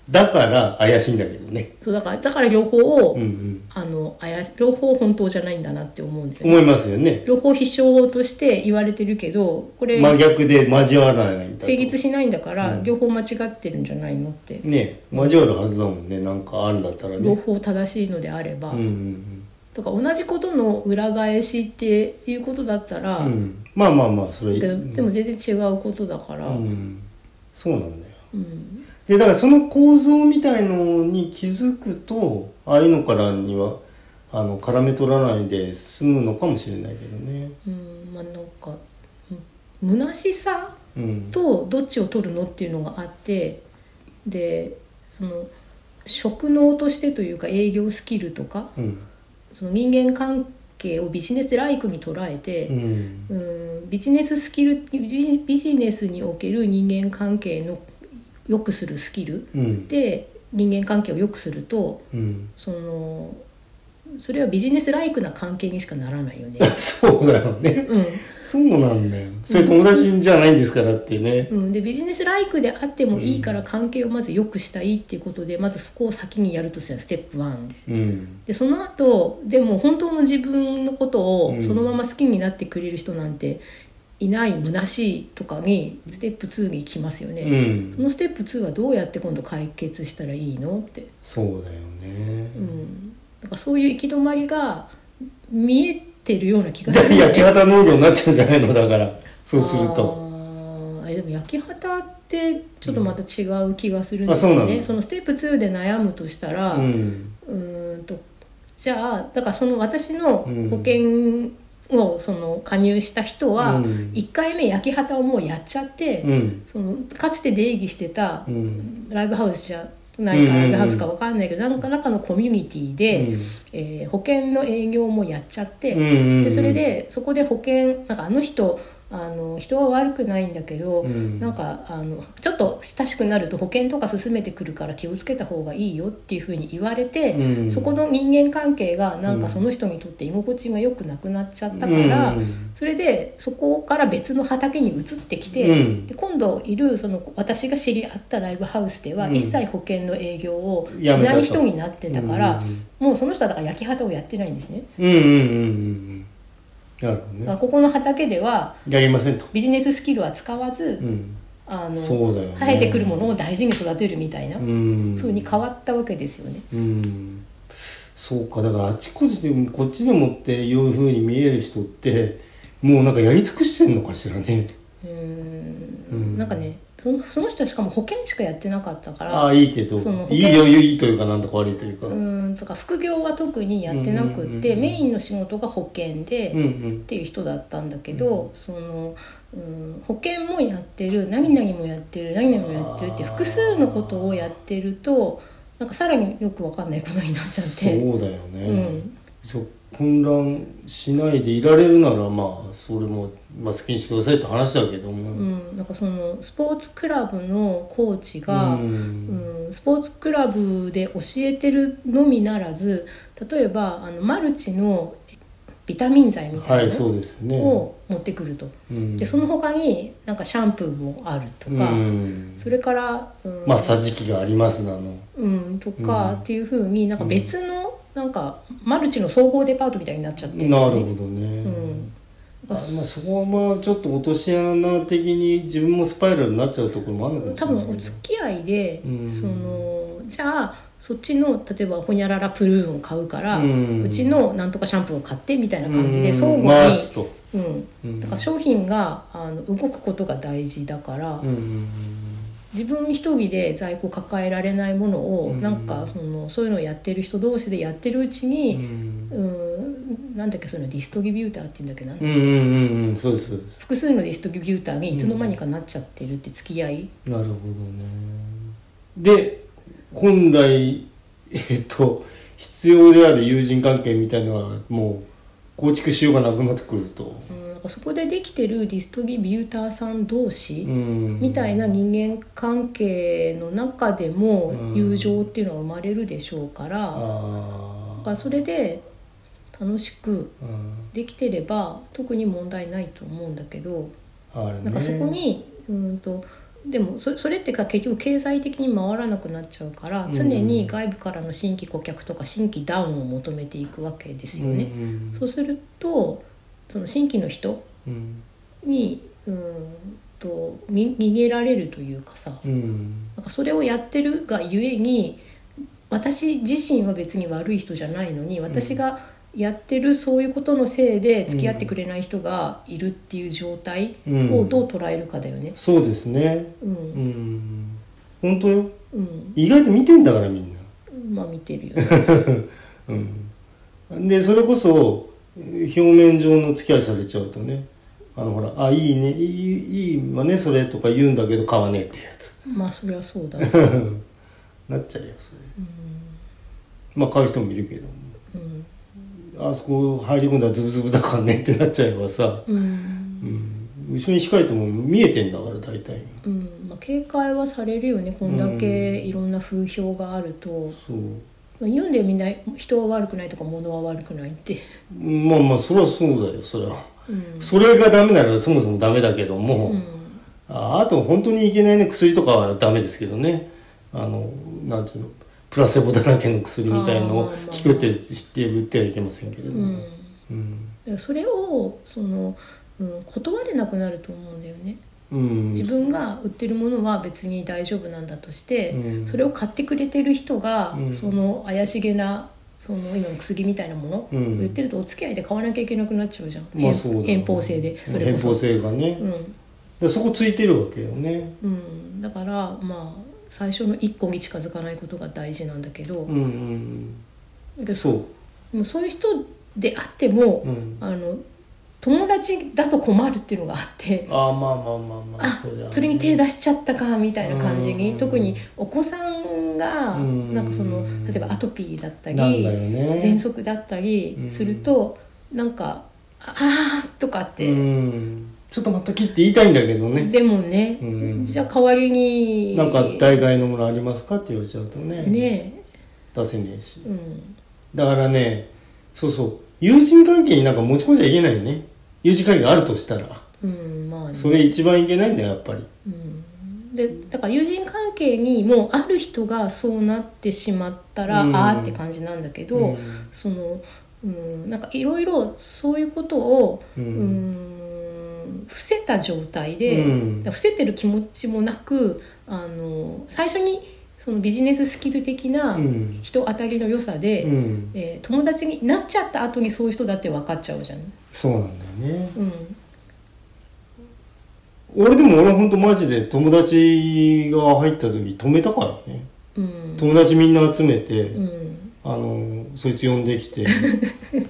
だから怪しいんだけどね
そうだからだから両方を、
うんうん
あの怪し両方本当じゃないんだなって思うんだよね
思いますよね
両方必勝法として言われてるけどこれ
真逆で交わらないんだと
成立しないんだから、
うん
両方間違ってるんじゃないのって、
ね交わるはずだもんねなんかあるんだったらね
両方正しいのであれば、
うんうん
とか同じことの裏返しっていうことだったら、
うんうんまあまあまあそれはいい
だけどでも全然違うことだから、
う
うん
んそうなんだよでだからその構造みたいのに気づくとああいうのからにはあの絡め取らないで済むのかもしれないけどね
うんまあなんかうん虚しさ
うん
とどっちを取るのっていうのがあってでその職能としてというか営業スキルとか
うん
その人間関係をビジネスライクに捉え
う
て、
ん
うん、ビジネススキルビジビジネスにおける人間関係の良くするスキル
うん
で人間関係を良くすると
うん
そのそれはビジネスライクな関係にしかならないよね。
そうだよね
うん
そうなんだよそれ友達じゃないんですからってね
うん、でビジネスライクであってもいいから関係をまず良くしたいっていうことでまずそこを先にやるとしたらステップ1で。
うん
でその後でも本当の自分のこと
う
を
ん
そのまま好きになってくれる人なんていない虚しいとかにステップ2に行きますよね、
うん
そのステップ2はどうやって今度解決したらいいのって、
そうだよね
うん、なんかそういう行き止まりが見えてるような気が
だ
す
から
る
焼き畑農業になっちゃうんじゃないのだからそうすると
あーえでも焼き旗ってちょっとまた違う気がするんです
うんあ
よ
そうな
ね、
の
そのステップ2で悩むとしたら、
うん
うーんとじゃあだからその私の
うん
保険をその加入した人は
うん
1回目焼き畑をもうやっちゃって、
うん
そのかつて出入りしてた
うん
ライブハウスじゃないか
うんうん
ラ
うん
イブハウスか分かんないけど何か中のコミュニティで、えー保険の営業もやっちゃって、
で
でそれでそこで保険なんかあの人あの人は悪くないんだけど、
うん
なんかあのちょっと親しくなると保険とか勧めてくるから気をつけた方がいいよっていうふうに言われて、
うん
そこの人間関係がなんかその人にとって居心地が良くなくなっちゃったから、
うん
それでそこから別の畑に移ってきて、
うん
で今度いるその私が知り合ったライブハウスでは
うん
一切保険の営業をし
やめた
な
と
い人になってたから
うんうん
もうその人はだから焼き畑をやってないんですね。
うんうんうんうんなるほど
まあ
ね
ここの畑では
やりませんと、
ビジネススキルは使わず、
うん、
あの
そうだよね
生えてくるものを大事に育てるみたいな
うん
風に変わったわけですよね。
うんそうかだからあちこちでもこっちでもっていうふうに見える人ってもうなんかやり尽くしてんのかしらね
うー
うん
んなんかねそのその人はしかも保険しかやってなかったか
あ
ら
あいいけど
その
いいよいいというかなんとか悪いというか、
うーんとか副業は特にやってなくって、
うんうんうんうん
メインの仕事が保険で。
うんう
っ
ん
ていう人だったんだけど、その、うん、保険もやってる何々もやってる何々もやってるって
あー
複数のことをやってるとなんかさらによくわかんないことになっちゃっ
そ
て
うだよね、
うん
そう混乱しないでいられるならまあそれも、まあ、好きにしてくださいって話だけども、
うん、なんかそのスポーツクラブのコーチが、
う
うん
ん
スポーツクラブで教えてるのみならず例えばあのマルチのビタミン剤みた
はいい
なの
そうですよね
を持ってくると、
うん
でその他になんかシャンプーもあると
う
か、
ん
それから、うん
マッサージ機がありますなの
うん、とか、
うん
っていうふうになんか別の、なんかマルチの総合デパートみたいになっちゃって
なる
の
ほど
ね
ね、
うん
あまあ、そこはまあちょっと落とし穴的に自分もスパイラルになっちゃうところもあるのかも
多
しれない
分お付き合いで、
うん
そのじゃあそっちの例えばホニャララプルーンを買うから、
う
うんちのなんとかシャンプーを買ってみたいな感じで
うん
相互に、
回すと、
うん
うん
だから商品があの動くことが大事だから、
うん
自分一人で在庫抱えられないものを、
うん
なんかそのそういうのをやってる人同士でやってるうち
う
に、
ん
うん、なんだっけそういうのディストリビューターっていうんだっけな、
うんうんうんうんそうですそうです
複数のディストリビューターにいつの間にかなっちゃってるって付き合い、
なるほどねで本来えっと必要である友人関係みたいのはもう構築しようがなくなってくると、
うん、なんかそこでできてるディストリビューターさん同
う
士
ん、
みたいな人間関係の中でも
うん
友情っていうのは生まれるでしょうから、
あ
だ
あ
からそれで楽しく
うん
できてれば特に問題ないと思うんだけど
あるね
なんかそこにうんとでもそそれってか結局経済的に回らなくなっちゃうから常に外部からの新規顧客とか新規ダウンを求めていくわけですよね。
うん
そうするとその新規の人
うん
にうーんとに逃げられるというかさ
うん
なんかそれをやってるがゆえに私自身は別に悪い人じゃないのに私がやってるそういうことのせいで付き合ってくれない人がいるっていう状態をどう捉えるかだよね。
そうですね
う、
うんん本当よ
うん、
意外と見てんだからみんな
まあ見てるよ ね。
うんでそれこそえー表面上の付き合いされちゃうとねあのほら「あいいねいいいいわねそれ」とか言うんだけど買わねえってやつ
まあそりゃそう だわ。
なっちゃうよそれ、まあ買う人もいるけど
うん、
あそこ入り込んだらズブズブだからねってなっちゃえばさ、
うん
うん、後ろに控えても見えてんだから大体
うんまあ、警戒はされるよねこんだけいろんな風評があると。
そう
まあ言うんだよみんな人は悪くないとか物は悪くないって、
まあまあそれはそうだよそれは
うん
それがダメならそもそもダメだけども、
うん
ああと本当にいけないね薬とかはダメですけどねあのなんていうのプラセボだらけの薬みたいのを
あーまあまあ
効くって知って打ってはいけませんけれど
う
も、
ん、だ
うん
からそれをその、うん、断れなくなると思うんだよね
うん
自分が売ってるものは別に大丈夫なんだとして、
うん
それを買ってくれてる人が、
うん
その怪しげなその今の薬みたいなもの、
うん
言ってるとお付き合いで買わなきゃいけなくなっちゃうじゃん、
まあそうだね
偏方性でそれこそ
偏方性がね、
うん
でそこついてるわけよね
うん、だからまあ最初の一個に近づかないことが大事なんだけど、
うんうん
だけ
う
ど
んそう
もうそういう人であっても、
うん
あの友達だと困るっていうのがあって
ああまあまあまあまあ
あ
そりゃね
それに手出しちゃったかみたいな感じ
うん
に特にお子さんが
うん
なんかその例えばアトピーだったり
なんだよね
喘息だったりするとなんか「あー」とかっ
う
て。
んちょっと待っときって言いたいんだけどね
でもね、
うん
じゃあ代わりに
なんか代替のものありますかって言われちゃうとね
ね
出せねえし
え、うん、
だからね、そうそう、友人関係になんか持ち込んじゃいけないよね。友人関係があるとしたら。
うん、まあね
それ一番いけないんだよ、やっぱり。
うんでだから友人関係にもうある人がそうなってしまったら、
うん
ああって感じなんだけど、
うん
その、うん、なんかいろいろそういうことを、
う
うんん、伏せた状態で、
うん
だから伏せてる気持ちもなくあの最初にそのビジネススキル的な
うん
人当たりの良さで、
うん。
えー友達になっちゃった後にそういう人だって分かっちゃうじゃん。
そうなんだよね。
うん
俺でも俺ほんとマジで友達が入った時止めたからね。
うん
友達みんな集めて、
うん
あの、そいつ呼んできて、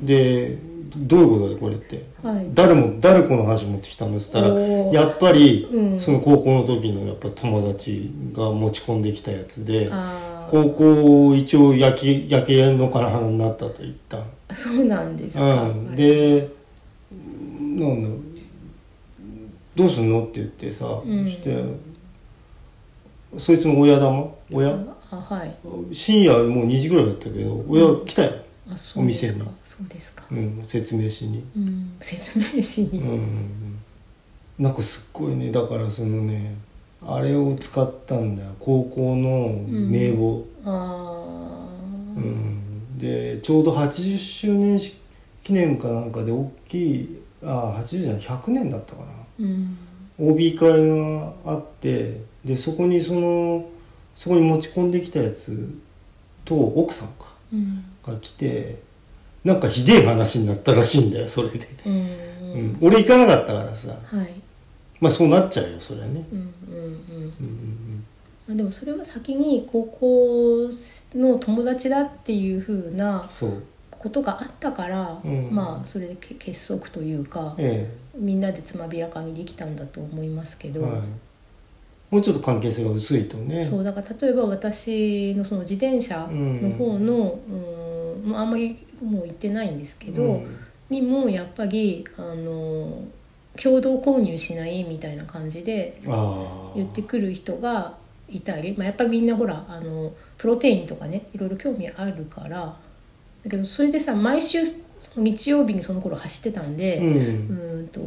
で、どういうことだこれって。
はい
誰も、誰この話持ってきたのって言ったら、
おー
やっぱり、
うん
その高校の時のやっぱ友達が持ち込んできたやつで、
ああー
高校一応野球野球やるのかなになったと言った
そうなんですか、
うん、でなんだろうどうすんのって言ってさ、
ん
してそいつの親玉親
あはい
深夜もう2時ぐらいだったけど親来たよ、
あそうですか
お店に
そうですか、
うん説明しに、
うん、説明し
う
に、
んうんうん、なんかすっごいねだからそのねあれを使ったんだよ高校の名簿、
あ
う
あ、
んでちょうど80周年記念かなんかで大きいあ80じゃない100年だったかな
うん、
OB 会があってでそこにそのそこに持ち込んできたやつと奥さんか
うん、
が来てなんかひでえ話になったらしいんだよそれで、
うん、
う
うん
ん、俺行かなかったからさ
はい、
まあそうなっちゃうよそれはね、
うん、うん、うん。
うんうん
まあ、でもそれは先に高校の友達だっていう風な
うん、そう
ことがあったから、
うん
まあそれでけ結束というか、
え
みんなでつまびらかにできたんだと思いますけ
え
ど、
はいもうちょっと関係性が薄いとね
そうだから例えば私のその自転車の方の、うん、もうあんまりもう行ってないんですけど、
うん
にもやっぱりあの共同購入しないみたいな感じで
ああ
言ってくる人がいたり、まあ、やっぱりみんなほらあのプロテインとかねいろいろ興味あるからだけどそれでさ毎週その日曜日にその頃走ってたん
う
で、うんーんと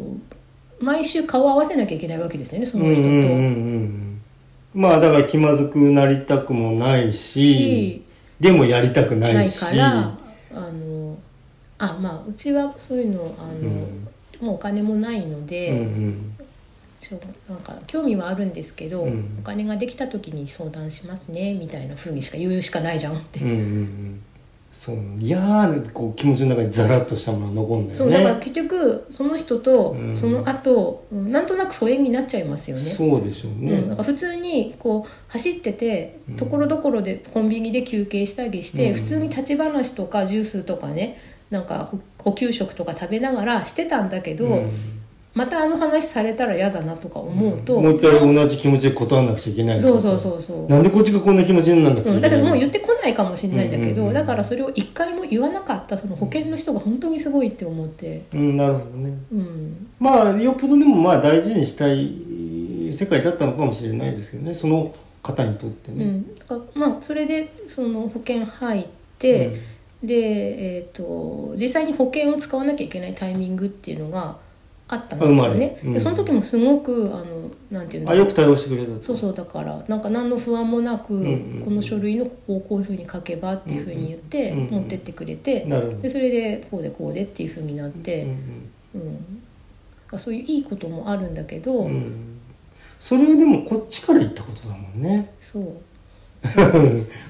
毎週顔を合わせなきゃいけないわけですよねその人と。
うんうんうんうんまあだから気まずくなりたくもないし
し
でもやりたくな
ない
いし
からあのあまあうちはそういうのあの、
うん
もうお金もないので。
うん
しょうなんか興味はあるんですけど、
うん
お金ができた時に相談しますねみたいな風にしか言うしかないじゃんって、
うんうんうんうんそう嫌なこう気持ちの中にザラッとしたものが残るんだよね
そうだから結局その人と
うん
その後、うんなんとなく疎遠になっちゃいますよね。
そうでしょうね、
うん、なんか普通にこう走っててところどころでコンビニで休憩したりして、
うん
普通に立ち話とかジュースとかねなんか補補給食とか食べながらしてたんだけど、
うん
またあの話されたら嫌だなとか思うと、
もう一回同じ気持ちで断らなくちゃいけない
そうそうそううそう
なんでこっちがこんな気持ちにならなくちゃ
うん、
いけ
だ
な
け
い
どもう言
っ
ってこないかもしれないんだけど、
うんうんうん
だからそれを一回も言わなかったその保険の人が本当にすごいって思って、
うんなるほどね
うん、
まあよっぽどでもまあ大事にしたい世界だったのかもしれないですけどねその方にとって
う
ね、
ん、だからまあそれでその保険入っ
で
て、で、えー、と実際に保険を使わなきゃいけないタイミングっていうのがあったんですよね
あ生まれ、うん
でその時もすごくあのなんていうんだ
あ
ろ
よ
う
く対応してくれたと
そうそうだからなんか何の不安もなく、
んうんうん
この書類のここをこういうふうに書けばっていうふうに言って、
うんうんうん
持ってってくれて、
なるほど
でそれでこうでこうでっていうふうになって。
うん
うん、あそういういいこともあるんだけど、
うんうんそれはでもこっちから言ったことだもんね
そう、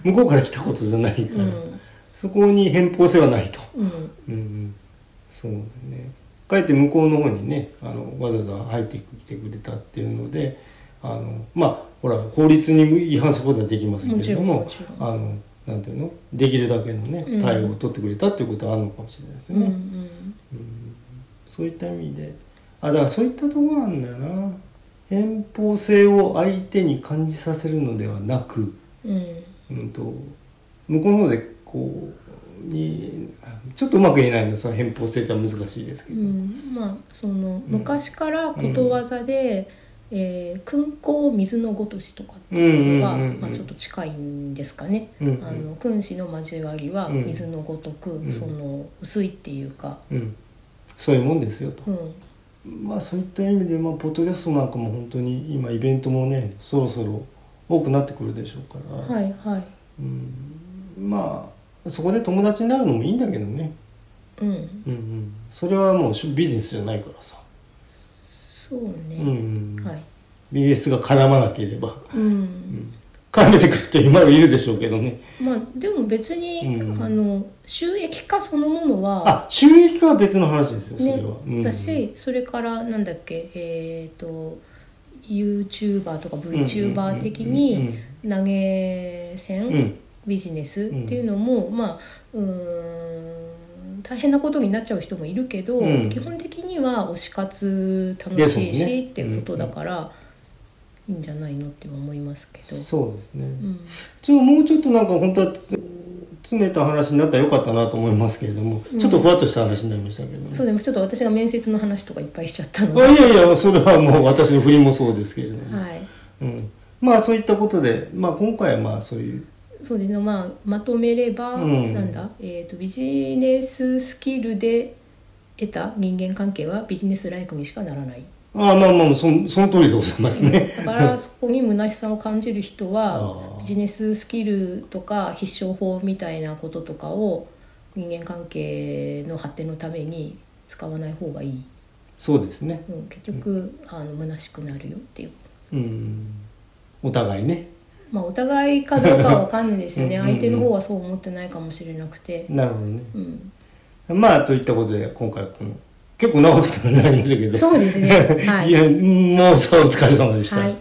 向こうから来たことじゃないか
う
ら、
ん
そこに偏方性はないと
うん、
うんうんそうだねかえって向こうの方にねあのわざわざ入ってきてくれたっていうのであのまあほら法律に違反することはできませんけれども
もちろんもち
あのなんていうのできるだけのね
うん
対応を取ってくれたっていうことはあるのかもしれないで
う
すよね、
ん
うんそういった意味であだからそういったところなんだよな偏方性を相手に感じさせるのではなく、
うんうん
うん、と向こうの方でこうにちょっとうまく言えないのその偏方性ってのは難しいですけ
う
ど、
ん、まあその昔からことわざで「えー勲功水の如し」とかっていうのが、
うんうんうんうん
まあ、ちょっと近いんですかね。
うんうん
あの君子の交わりは
うん
水のごとく、
うん
その薄いっていうか、
うんそういうもんですよと、
うん、
まあそういった意味で、まあ、ポッドキャストなんかも本当に今イベントもねそろそろ多くなってくるでしょうから、
はいはい、
うん、まあそこで友達になるのもいいんだけどね、
うん、
うんうん、それはもうしビジネスじゃないからさ、
そう
うんう
ね、
ん
はい、
ビジネスが絡まなければ
うん、
絡めてくる人今はいるでしょうけどね
まあでも別に、
うん
あの収益化そのものは、
あ収益化は別の話ですよそれ
ね
は、うん、
だしそれからなんだっけえっ、と YouTuber とか
んうんうん
VTuber 的に投げ銭ビジネスっていうのも、まあうーん大変なことになっちゃう人もいるけど、
うん
基本的には推し活楽しい
ですもん
し
ね
ってことだから、いいんじゃないのって思いますけど、
そうですね、
うん、
ちょっともうちょっとなんか本当は詰めた話になったらよかったなと思いますけれども、ちょっとふわっとした話になりましたけど、ね
そうでもちょっと私が面接の話とかいっぱいしちゃったので、
あいやいやそれはもう私の振りもそうですけれども、
はい、
うん、まあそういったことで、まあ、今回はまあそういう
そうですねまあまとめれば、
うん
なんだ、えー、とビジネススキルで得た人間関係はビジネスライクにしかならない
ああまあまあそんその通りでございますね。
だからそこに虚しさを感じる人
あ
は
ー
ビジネススキルとか必勝法みたいなこととかを人間関係の発展のために使わない方がいい、
そうですね、
うん、結局あの虚しくなるよっていう
うん、お互いね
まあお互いかどうかは分かんないですよね
うんうんうん
相手の方はそう思ってないかもしれなくて、
なるほどね
うん、
まあといったことで今回はこの結構長くなりましたけど
そうです ねはいい、
やもうさお疲れ様でした。
はい